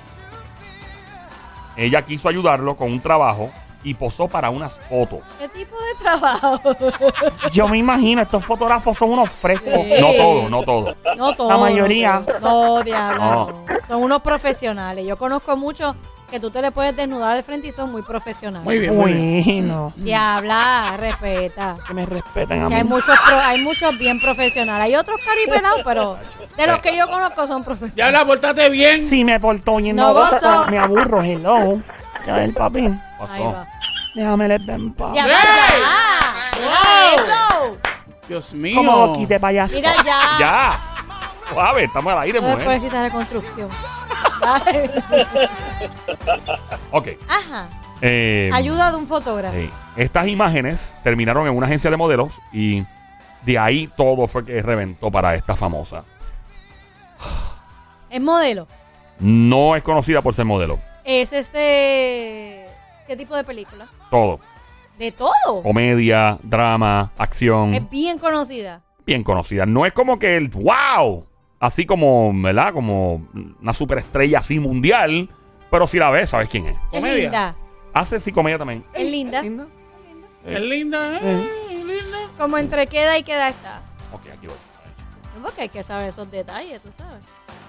S1: Ella quiso ayudarlo con un trabajo y posó para unas fotos.
S3: ¿Qué tipo de trabajo?
S4: Yo me imagino, estos fotógrafos son unos frescos.
S3: Sí.
S1: No todo, no todo.
S3: No todo.
S4: La mayoría.
S3: No, no, diablo,
S1: No.
S3: no. Son unos profesionales. Yo conozco muchos que tú te le puedes desnudar al frente y son muy profesionales.
S2: muy bien, muy bien.
S4: Bueno,
S3: Diabla, respeta.
S4: que me respeten a
S3: Que hay
S4: mí.
S3: muchos pro- hay muchos bien profesionales. Hay otros caripelados, pero de los que yo conozco son
S2: Ya
S3: profesionales.
S2: la portaste bien.
S4: Si me porto bien,
S3: No
S4: no,
S3: gozo.
S4: gozo, me aburro, hello. Ya ves, papi,
S1: Pasó.
S3: Ahí va.
S4: déjame leer en paz.
S3: Ya, va,
S2: ¡Ey!
S3: ya. Deja eso.
S2: Dios mío.
S4: Como boquita de payaso.
S3: Mira ya.
S1: ¡Ya! Suave, estamos al aire,
S3: No
S1: mujer.
S3: después necesita reconstrucción. Ay.
S1: Ok.
S3: Ajá.
S1: eh,
S3: Ayuda de un fotógrafo.
S1: sí. Estas imágenes terminaron en una agencia de modelos y de ahí todo fue que reventó para esta famosa.
S3: Es modelo.
S1: No es conocida por ser modelo.
S3: Es este. ¿Qué tipo de película?
S1: Todo.
S3: De todo.
S1: Comedia, drama,
S3: Es
S1: acción.
S3: bien conocida.
S1: Bien conocida. No es como que el wow. Así como, ¿verdad? Como una superestrella así mundial. Pero si la ves, sabes quién es.
S2: Comedia.
S3: Es linda.
S1: Hace sí comedia también.
S3: Es linda.
S2: Es linda, ¿eh? Es linda.
S3: Como entre queda y queda está.
S1: Ok, aquí voy.
S3: Es Porque hay que saber esos detalles, tú sabes.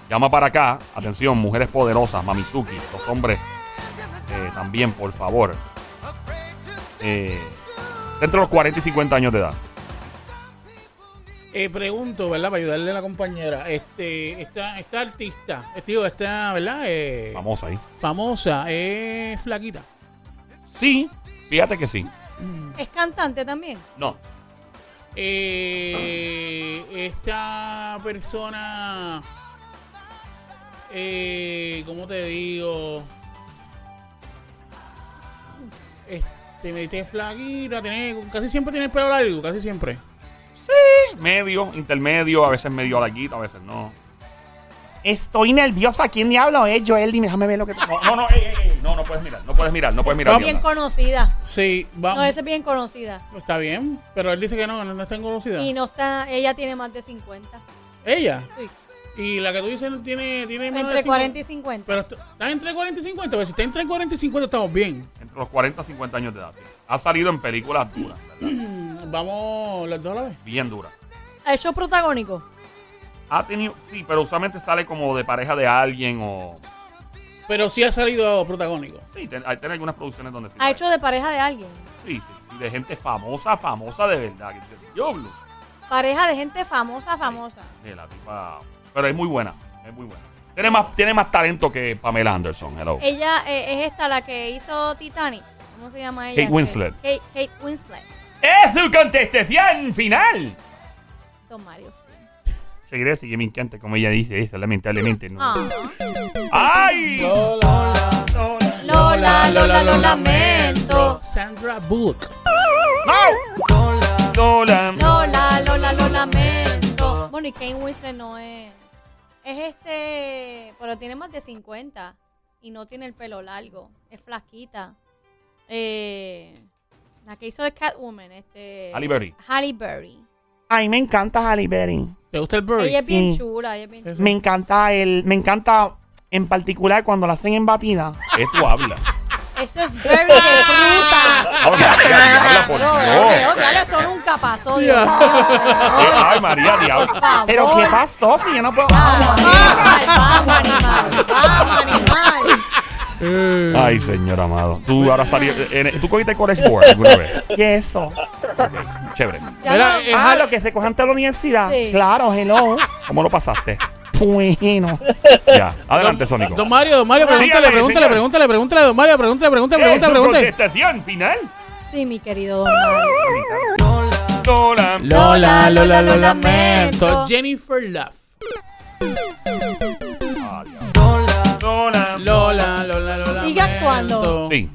S1: Llama para acá. Atención, mujeres poderosas, Mamizuki, los hombres eh, también, por favor. Eh, entre los 40 y 50 años de edad.
S2: Eh, pregunto, ¿verdad? Para ayudarle a la compañera. Este, esta, esta artista, eh, tío, esta, ¿verdad? Eh,
S1: Vamos ahí.
S2: famosa, es flaquita.
S1: Sí, fíjate que sí.
S3: Es cantante también.
S1: No.
S2: Eh, esta persona, eh, ¿cómo te digo? Este, me dijiste flaquita, tiene, casi siempre tiene el pelo largo, casi siempre.
S1: Medio, intermedio, a veces medio larguito, a veces no.
S4: Estoy nerviosa. ¿Quién diablo es Joel? Dime, déjame ver lo que tengo.
S1: No, no, no, ey, ey, ey, no, no puedes mirar, no puedes mirar, no puedes mirar.
S3: Es bien
S1: Diana.
S3: conocida.
S2: Sí,
S1: Ah.
S3: No,
S2: vamos.
S3: esa es bien conocida.
S2: Está bien, pero él dice que no, que no, no está en velocidad.
S3: Y no está, ella tiene más de 50.
S2: Ella.
S3: Sí.
S2: Y la que tú dices no tiene, tiene más de
S3: Entre
S2: 50.
S3: 40 y 50.
S2: Pero est- está entre 40 y 50. Pero si está entre 40 y 50, estamos bien.
S1: Entre los 40 y 50 años de edad. sí. Ha salido en películas duras, ¿verdad?
S2: Mm, Vamos las dos a la vez.
S1: Bien duras.
S3: ¿Ha hecho protagónico?
S1: Ha tenido, sí, pero usualmente sale como de pareja de alguien o.
S2: Pero sí ha salido protagónico.
S1: Sí, ten- hay tiene algunas producciones donde sí.
S3: ¿Ha
S1: sale.
S3: hecho de pareja de alguien?
S1: Sí, sí, sí, de gente famosa, famosa de verdad. que dice, "Diablo".
S3: Pareja de gente famosa, famosa.
S1: Sí, la tipa- Pero es muy buena, es muy buena. Tiene más, tiene más talento que Pamela Anderson, hello.
S3: Ella eh, es esta, la que hizo Titanic. ¿Cómo se llama ella?
S1: Kate Winslet.
S3: Kate, Kate Winslet.
S1: ¡Es su contestación final!
S3: Don Mario.
S1: Seguiré, este, que me encanta como ella dice eso, lamentablemente. No.
S3: Ah.
S1: ¡Ay!
S3: Lola, Lola, lo lamento.
S2: Sandra Bullock.
S1: No, la-
S3: Lola, Lola, lo lamento. Bueno, y Kate Winslet no es. Es este. Pero tiene más de 50. Y no tiene el pelo largo. Es flaquita. Eh, la que hizo de Catwoman. Este,
S1: Halle Berry.
S3: Halle Berry.
S4: A mí me encanta Halle Berry.
S2: ¿Te gusta el Burry?
S3: Ella es bien
S4: Sí.
S3: chula. Ella es bien chula.
S4: Me encanta el, me encanta en particular cuando la hacen en batida.
S1: Esto habla.
S3: Esto es Berry de fruta.
S1: Habla, habla, por
S3: No,
S1: Dios.
S3: no, claro, eso nunca pasó. Dios mío.
S1: Eh, Ay, María, diablo.
S3: Por favor.
S4: Pero qué pasó si yo no puedo.
S3: Ah. Vamos, animal. Vamos, animal.
S4: Eh.
S1: Ay, señor amado. Tú ahora estarías. en- ¿Tú cogiste College Board alguna vez?
S4: ¿Qué es eso?
S1: Ok, Chévere.
S3: Ya
S2: Mira,
S3: no-
S2: eh,
S4: Ah, lo que se cojan de la universidad.
S3: Sí.
S4: Claro, hello.
S1: ¿Cómo lo pasaste?
S4: Bueno.
S1: Ya. Adelante, Sónico.
S2: Don Mario, don Mario,
S1: Dígame,
S2: pregúntale, pregúntale,
S1: señor.
S2: pregúntale, pregúntale, don Mario, pregúntale, pregúntale,
S1: ¿Es
S2: pregúntale,
S1: su
S2: pregúntale.
S1: contestación final?
S3: Sí, mi querido don Mario.
S1: Hola.
S3: Lola, Lola, lo lamento.
S2: Jennifer Love.
S1: Hola.
S2: Lola, Lola, Lola.
S3: Sigue actuando.
S1: Sí,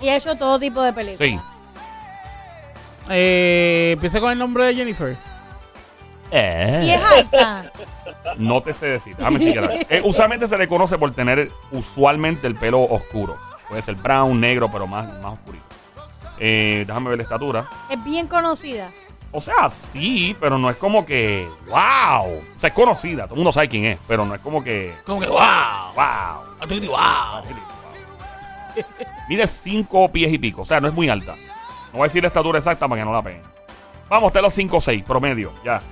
S3: Y ha hecho todo tipo de películas.
S1: sí.
S2: Eh, empieza con el nombre de Jennifer.
S3: Y es alta.
S1: Eh. No te sé decir. Déjame chequear. Eh, usualmente se le conoce por tener usualmente el pelo oscuro. Puede ser brown, negro, pero más, más oscurito. Eh, déjame ver la estatura.
S3: Es bien conocida.
S1: O sea, sí, pero no es como que. ¡Wow! O sea, es conocida. Todo el mundo sabe quién es, pero no es como que.
S2: Como que, wow.
S1: ¡Wow!
S2: Atleti, wow.
S1: Mide cinco pies y pico. O sea, no es muy alta. No voy a decir la estatura exacta para que no la peguen. Vamos, usted los 5 o 6, promedio. Ya.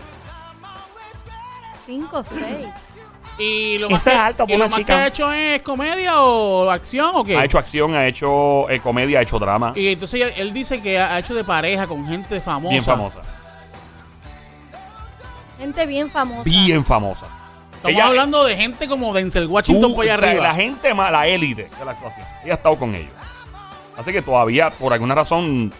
S3: 5 6.
S2: Y lo
S4: Eso
S2: más, que,
S4: es alto para
S2: y lo
S4: una
S2: más
S4: chica.
S2: que ha hecho es comedia o acción o qué.
S1: Ha hecho acción, ha hecho eh, comedia, ha hecho drama.
S2: Y entonces ya- él dice que ha ha hecho de pareja con gente famosa.
S1: Bien famosa.
S3: Gente bien famosa.
S1: Bien famosa.
S2: Estamos
S1: Ella-
S2: hablando de gente como Denzel Washington
S1: Tú,
S2: por allá
S1: o sea,
S2: arriba.
S1: La gente más, la élite de la actuación. Ella ha estado con ellos. Así que todavía, por alguna razón,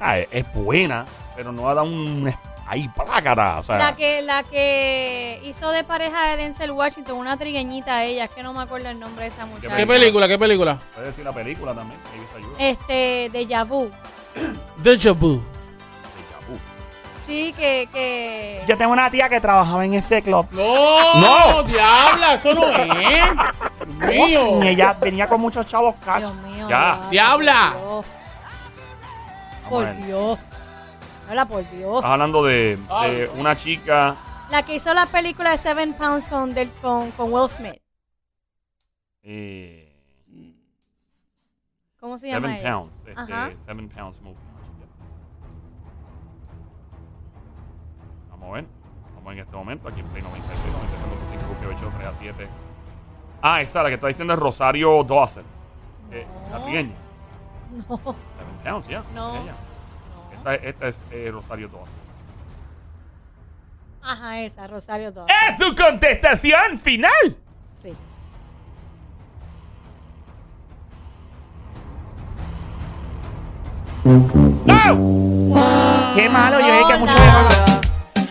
S1: ah, es, es buena, pero no ha dado un. Ahí, plácara. O sea,
S3: La que, la que hizo de pareja de Denzel Washington, una trigueñita ella, es que no me acuerdo el nombre de esa muchacha.
S2: ¿Qué película? ¿Qué película?
S1: puede decir la película también. que ellos
S2: Eh,
S1: ayudan.
S3: Este, de Yabu.
S2: Deja vu.
S1: uh,
S3: Sí, que, que
S4: Yo tengo una tía que trabajaba en ese club.
S2: No,
S1: No.
S2: diabla, eso no es. Mío.
S4: Y ella venía con muchos chavos cash.
S3: Dios mío.
S1: Ya.
S3: Dios,
S2: Diabla.
S1: Vamos a
S3: Por
S1: ver. Ah.
S3: Dios. Habla por Dios.
S1: Estás hablando de, de una chica.
S3: La que hizo la película de Seven Pounds con, Del- con, con Will Smith.
S1: Eh,
S3: ¿Cómo se llama
S1: seven
S3: ella?
S1: Pounds. este,
S3: Ajá.
S1: seven Pounds Movie. Vamos a ver. Vamos en este momento. Aquí en Play 96, 97, 95, 98, 3 a 7. Ah, esa, la que está diciendo es Rosario Dawson. Eh, La trigueña.
S3: No.
S1: Seven Pounds, ya.
S3: No.
S1: Ella. Esta, esta es eh, Rosario Dawson.
S3: Ajá, esa, Rosario Dawson.
S1: ¡Es su contestación final!
S3: Sí.
S1: ¡No!
S4: Qué malo, yo dije que muchos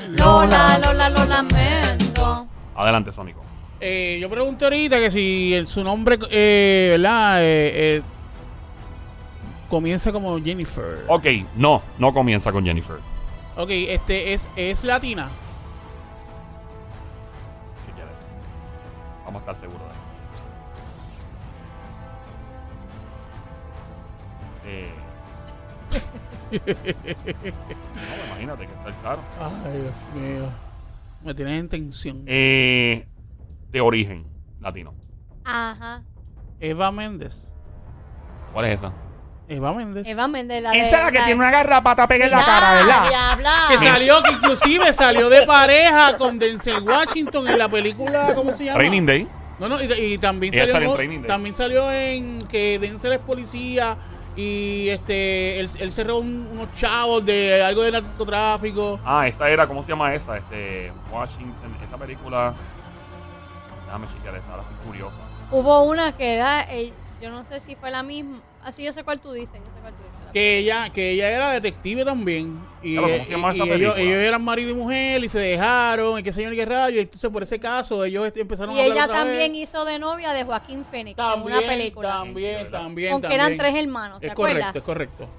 S3: Lola, Lola, lo lamento.
S1: Adelante, Sónico.
S2: Eh, yo pregunté ahorita que si el- su nombre, eh, ¿verdad? Eh, eh, comienza como Jennifer.
S1: Ok, no, no comienza con Jennifer.
S2: Ok, este es, es latina.
S1: estar seguros de eso. Eh. No, imagínate que está claro.
S2: Ay, Dios mío. Me tienes en tensión.
S1: Eh, de origen latino.
S3: Ajá.
S2: Eva Méndez.
S1: ¿Cuál es esa?
S2: Eva Méndez.
S3: Eva Méndez, la de...
S4: Esa es la que tiene una garrapata pega en la cara, ¿verdad?
S3: Diabla.
S1: Ah.
S2: Que salió, que inclusive salió de pareja con Denzel Washington en la película, ¿cómo se llama?
S1: Training Day.
S2: No, no, y, y también
S1: Ella
S2: salió,
S1: salió en
S2: en-
S1: Training Day.
S2: también salió en que Denzel es policía y este él, él cerró un- unos chavos de algo de narcotráfico.
S1: Ah, esa era, ¿cómo se llama esa? Este, Washington, esa película. Déjame chequear esa, ahora estoy curiosa.
S3: Hubo una que era... eh, yo no sé si fue la misma. Así yo sé cuál tú dices, yo sé cuál tú dices.
S2: Que ella, que ella era detective también. Y,
S1: Claro, ¿cómo se llama
S2: y-
S1: esa
S2: y ellos,
S1: película?
S2: ellos eran marido y mujer y se dejaron y qué señor y qué rayo. Y entonces por ese caso ellos este, empezaron
S3: Y
S2: a hablar
S3: ella
S2: otra
S3: también
S2: vez.
S3: hizo de novia de Joaquín Fénix
S2: también,
S3: en una película.
S2: También, también,
S3: Con que
S2: también.
S3: eran tres hermanos, ¿te
S2: Es
S3: acuerdas?
S2: correcto, es correcto.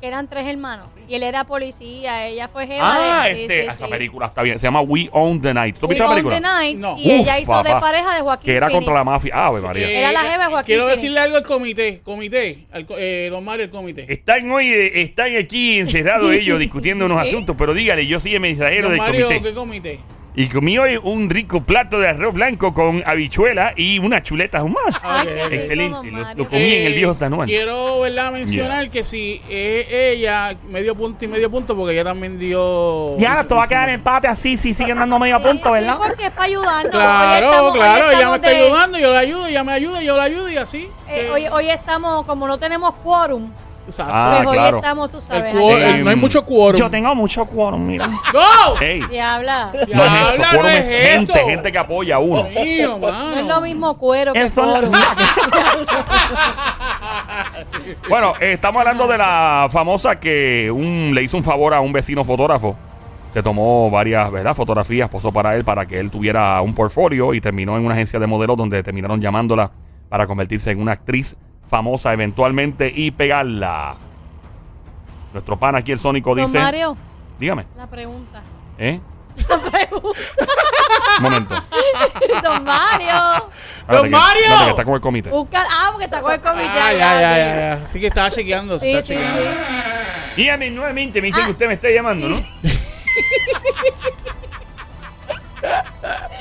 S3: Que eran tres hermanos.
S1: Ah, sí.
S3: Y él era policía, ella fue jefa
S1: Ah,
S3: de... sí,
S1: este,
S3: sí,
S1: esa
S3: sí.
S1: película está bien. Se llama We Own the Night. ¿Tú
S3: Sí,
S1: viste la
S3: Gone
S1: película?
S3: the Nights,
S2: No.
S3: Y ella
S1: Uf,
S3: hizo de
S1: papá.
S3: pareja de Joaquín
S1: Que era
S3: Phoenix.
S1: contra la mafia. Ah, Ave María.
S2: Eh,
S3: Era la jeva de Joaquín
S2: Quiero
S3: Phoenix.
S2: decirle algo al comité, comité, al, co- eh, don Mario, el comité.
S1: Están hoy, eh, están aquí encerrados ellos discutiendo unos asuntos, pero dígale, yo soy el mensajero del
S2: Don Mario,
S1: comité.
S2: ¿qué comité?
S1: Y comí hoy un rico plato de arroz blanco con habichuela y unas chuletas humanas.
S3: Ay, qué
S2: Ok,
S3: rico,
S1: Excelente,
S3: don
S1: lo-
S3: Mario.
S1: lo comí. en el viejo San Juan.
S2: Eh, Quiero ¿verdad? mencionar que si es ella, medio punto y medio punto, porque ella también dio.
S4: Ya, esto va a quedar empate así si siguen dando medio punto,
S3: Sí,
S4: ¿verdad?
S3: porque es para ayudarnos. Hoy
S2: Claro,
S3: estamos- hoy
S2: claro, ella me
S3: estamos
S2: está
S3: de-
S2: ayudando, yo la ayudo, ella me ayuda, yo la ayudo y así.
S3: eh,
S2: Eh,
S3: hoy, hoy estamos, como no tenemos quórum,
S2: exacto.
S1: Ah,
S3: pues hoy
S1: claro.
S3: estamos, tú
S2: El
S3: sabes.
S2: quórum-
S1: Eh,
S3: aquí.
S2: el- no hay mucho quórum.
S4: Yo tengo mucho quórum, mira.
S2: ¡Go!
S1: Ey,
S3: Diabla.
S1: no es eso,
S2: Diabla,
S1: quórum
S2: no
S1: es
S2: es
S1: gente,
S2: eso.
S1: gente que apoya a uno.
S2: Mío, mano.
S3: No es lo mismo cuero que
S4: Eso es la-
S3: quórum.
S4: mira,
S1: Bueno, eh, estamos hablando de la famosa que un, le hizo un favor a un vecino fotógrafo. Se tomó varias ¿verdad? fotografías, posó para él para que él tuviera un portfolio y terminó en una agencia de modelos donde terminaron llamándola para convertirse en una actriz famosa eventualmente y pegarla. Nuestro pan aquí, el Sónico,
S3: Don
S1: dice...
S3: Mario,
S1: Dígame,
S3: la pregunta.
S1: ¿eh?
S3: La pregunta.
S1: Un momento.
S3: Don Mario.
S1: Espérate que-
S2: Mario!
S1: espérate que está con el comité.
S3: Busca... Ah, porque está con el comité.
S2: Ay, ay,
S3: ya,
S2: ay,
S3: ya.
S2: ay, ay. Sí que estaba chequeando, se
S3: Sí,
S2: está
S3: sí,
S2: chequeando.
S3: sí.
S1: Dígame nuevamente, me dice
S3: Ah,
S1: que usted me está llamando, ¿no?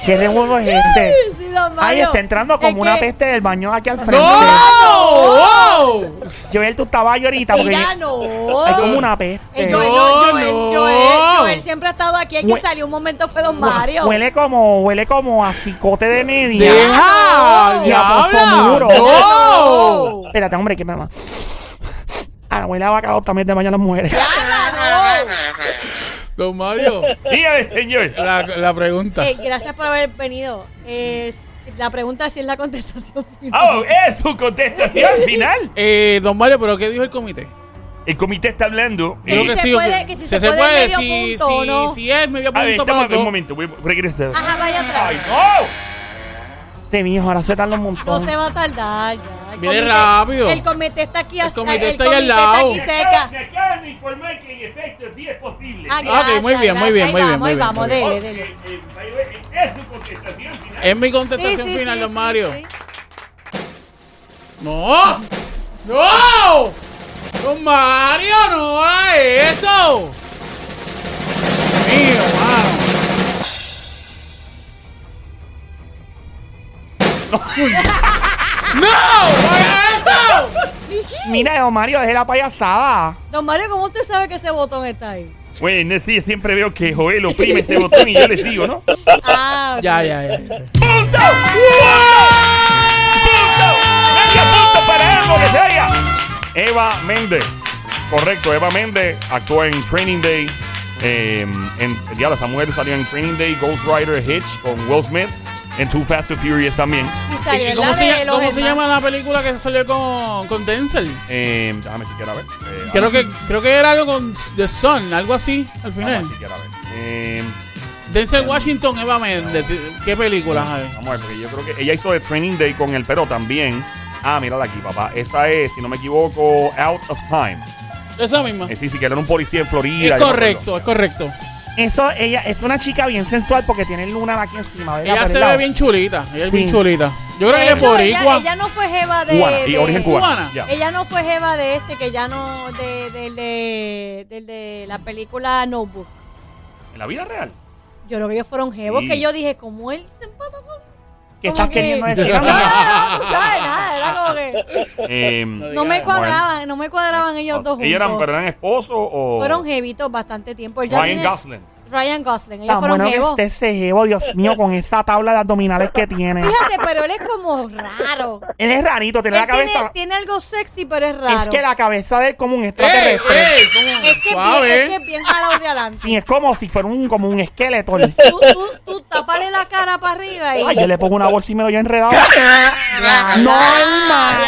S4: Qué revuelo es este.
S3: Sí, don Mario.
S4: Ay, está entrando como
S3: Es
S4: una
S3: que-
S4: peste del baño aquí al frente.
S2: ¡No! ¡Wow!
S4: Yo vi el tu caballo ahorita porque
S3: Mira, no.
S4: hay como una
S3: El
S4: peste.
S3: Joel,
S2: No,
S3: no, Joel,
S2: no.
S3: Joel, Joel siempre ha estado aquí. El que
S4: Hue-
S3: salió un momento fue Don Mario.
S4: Huele como, huele como a cicote de media.
S2: ¡Deja!
S4: Y a
S2: ¡Diabla!
S4: pozomuro.
S2: ¡No!
S4: Espérate, hombre, que me va. Ah, huele a bacalao también de baño a las mujeres.
S3: Ah, no.
S2: Don Mario,
S1: Dígame, señor.
S2: la, la pregunta.
S3: Eh, gracias por haber venido. Es- la pregunta es si es la contestación final.
S1: Ah, es su contestación final.
S2: Eh, don Mario, ¿pero qué dijo el comité?
S1: El comité está hablando.
S3: Creo
S1: Eh,
S3: que se
S2: o
S3: puede- que si se puede medio
S2: si,
S3: punto,
S2: si-
S3: ¿no?
S2: si es medio
S1: a ver,
S2: punto
S1: estamos
S2: para
S1: a ver,
S2: los
S1: un
S2: dos.
S1: momento, voy a regresar.
S3: Ajá, vaya
S1: ¡Ay,
S3: atrás.
S1: no!
S4: Este mijo, ahora se tarda un
S3: No
S4: montón.
S3: se va a tardar. ya. El
S2: Viene rápido.
S3: El comité está aquí.
S2: El
S3: as-
S2: comité está ahí
S3: comité
S2: al lado.
S3: aquí cerca.
S1: Me acaban de informar que en efecto sí es posible.
S3: Ah,
S2: Ok,
S3: gracias,
S2: muy bien, muy
S3: gracias.
S2: bien,
S3: Ahí
S2: muy bien,
S3: vamos,
S2: muy
S3: ahí
S2: bien,
S3: vamos,
S2: muy bien.
S3: dele, Eh.
S1: Ok,
S3: dele.
S1: eh, by the way, es su contestación final.
S2: Es mi
S3: Sí,
S2: contestación
S3: sí,
S2: final,
S3: sí,
S2: don
S3: sí,
S2: Mario.
S3: sí.
S2: ¡No! ¡No! ¡Don Mario, no haga eso! Mío, mano. Uy. ¡No! ¡No haga eso!
S4: Mira, don Mario, deje la payasada.
S3: Don Mario, ¿cómo usted sabe que ese botón está ahí?
S1: Bueno, sí, siempre veo que Joel oprime este botón y yo les digo, ¿no?
S3: Ah,
S2: Ya, ya, ya. ya.
S1: ¡Punto! ¡Punto! ¡Punto! ¡Medio punto para Evo que se vaya! Eva Méndez. Correcto, Eva Méndez actuó en Training Day. eh, en, ya la Samuel salió en Training Day, Ghost Rider, Hitch con Will Smith. En Too Fast to Furious también.
S3: Y salió
S2: ¿Y
S3: la
S2: cómo se,
S3: de
S2: llama-
S3: los
S2: cómo se
S3: hermanos.
S2: llama la película que salió con, con Denzel?
S1: Eh, déjame chequear a ver. Eh,
S2: Creo
S1: déjame
S2: que, creo que era algo con The Sun, algo así, al final.
S1: chequear a ver. Eh,
S2: Denzel Washington, Eva Mendes. ¿Qué película, Javi?
S1: vamos a ver, porque yo creo que ella hizo de Training Day con el pero también. Ah, mírala aquí, papá. Esa es, si no me equivoco, Out of Time.
S2: Esa misma.
S1: Eh, sí, sí, que era un policía en Florida.
S2: Ah. Es
S1: yo me acuerdo.
S2: correcto, es correcto.
S4: Eso, ella es una chica bien sensual porque tiene el lunar aquí encima. ¿verdad?
S2: Ella
S4: Por el
S2: se
S4: lado.
S2: ve bien chulita. Ella es bien
S4: Sí.
S2: chulita. Yo creo
S3: De
S2: que es
S3: hecho, ella,
S2: boricua.
S3: ella no fue jeva de.
S5: Cubana, y
S3: de- Eh.
S5: origen cubano.
S2: cubana.
S5: Ya.
S3: Ella no fue jeva de este, que ya no. de- del de, del de la película Notebook.
S5: En la vida real.
S3: Yo creo que ellos fueron jevos,
S5: Sí.
S3: que yo dije, como él se empató con.
S4: ¿Qué
S3: como
S4: estás
S3: que-
S4: queriendo decir,
S3: No, no,
S4: amiga?
S3: no, tú sabes, nada, era como que.
S5: Eh,
S3: No me
S2: Bueno.
S3: cuadraban, no me cuadraban ellos dos juntos.
S5: ¿Ellos eran, pero eran esposos o
S3: Fueron jevitos bastante tiempo. Él ya
S5: Ryan
S3: tiene-
S5: Gosling?
S3: Ryan Gosling. Ellos
S4: Tan
S3: fueron
S4: bueno que
S3: jevos.
S4: esté ese jevo, Dios mío, con esa tabla de abdominales que tiene.
S3: Fíjate, pero él es como raro.
S4: Él es rarito, tiene la
S3: Él tiene,
S4: cabeza.
S3: tiene algo sexy, pero es raro.
S4: Es que la cabeza de él como un
S2: ¡Ey,
S4: extraterrestre.
S2: ey! ¿Cómo?
S3: es, que es bien,
S2: Suave. ¿eh?
S3: es que es bien jalado de adelante.
S4: Sí, es como si fuera un, como un esqueleto.
S3: Tú, tú, tú tápale la cara para arriba y...
S4: Ay, yo le pongo una bolsa y me lo yo enredado. ¡Normal!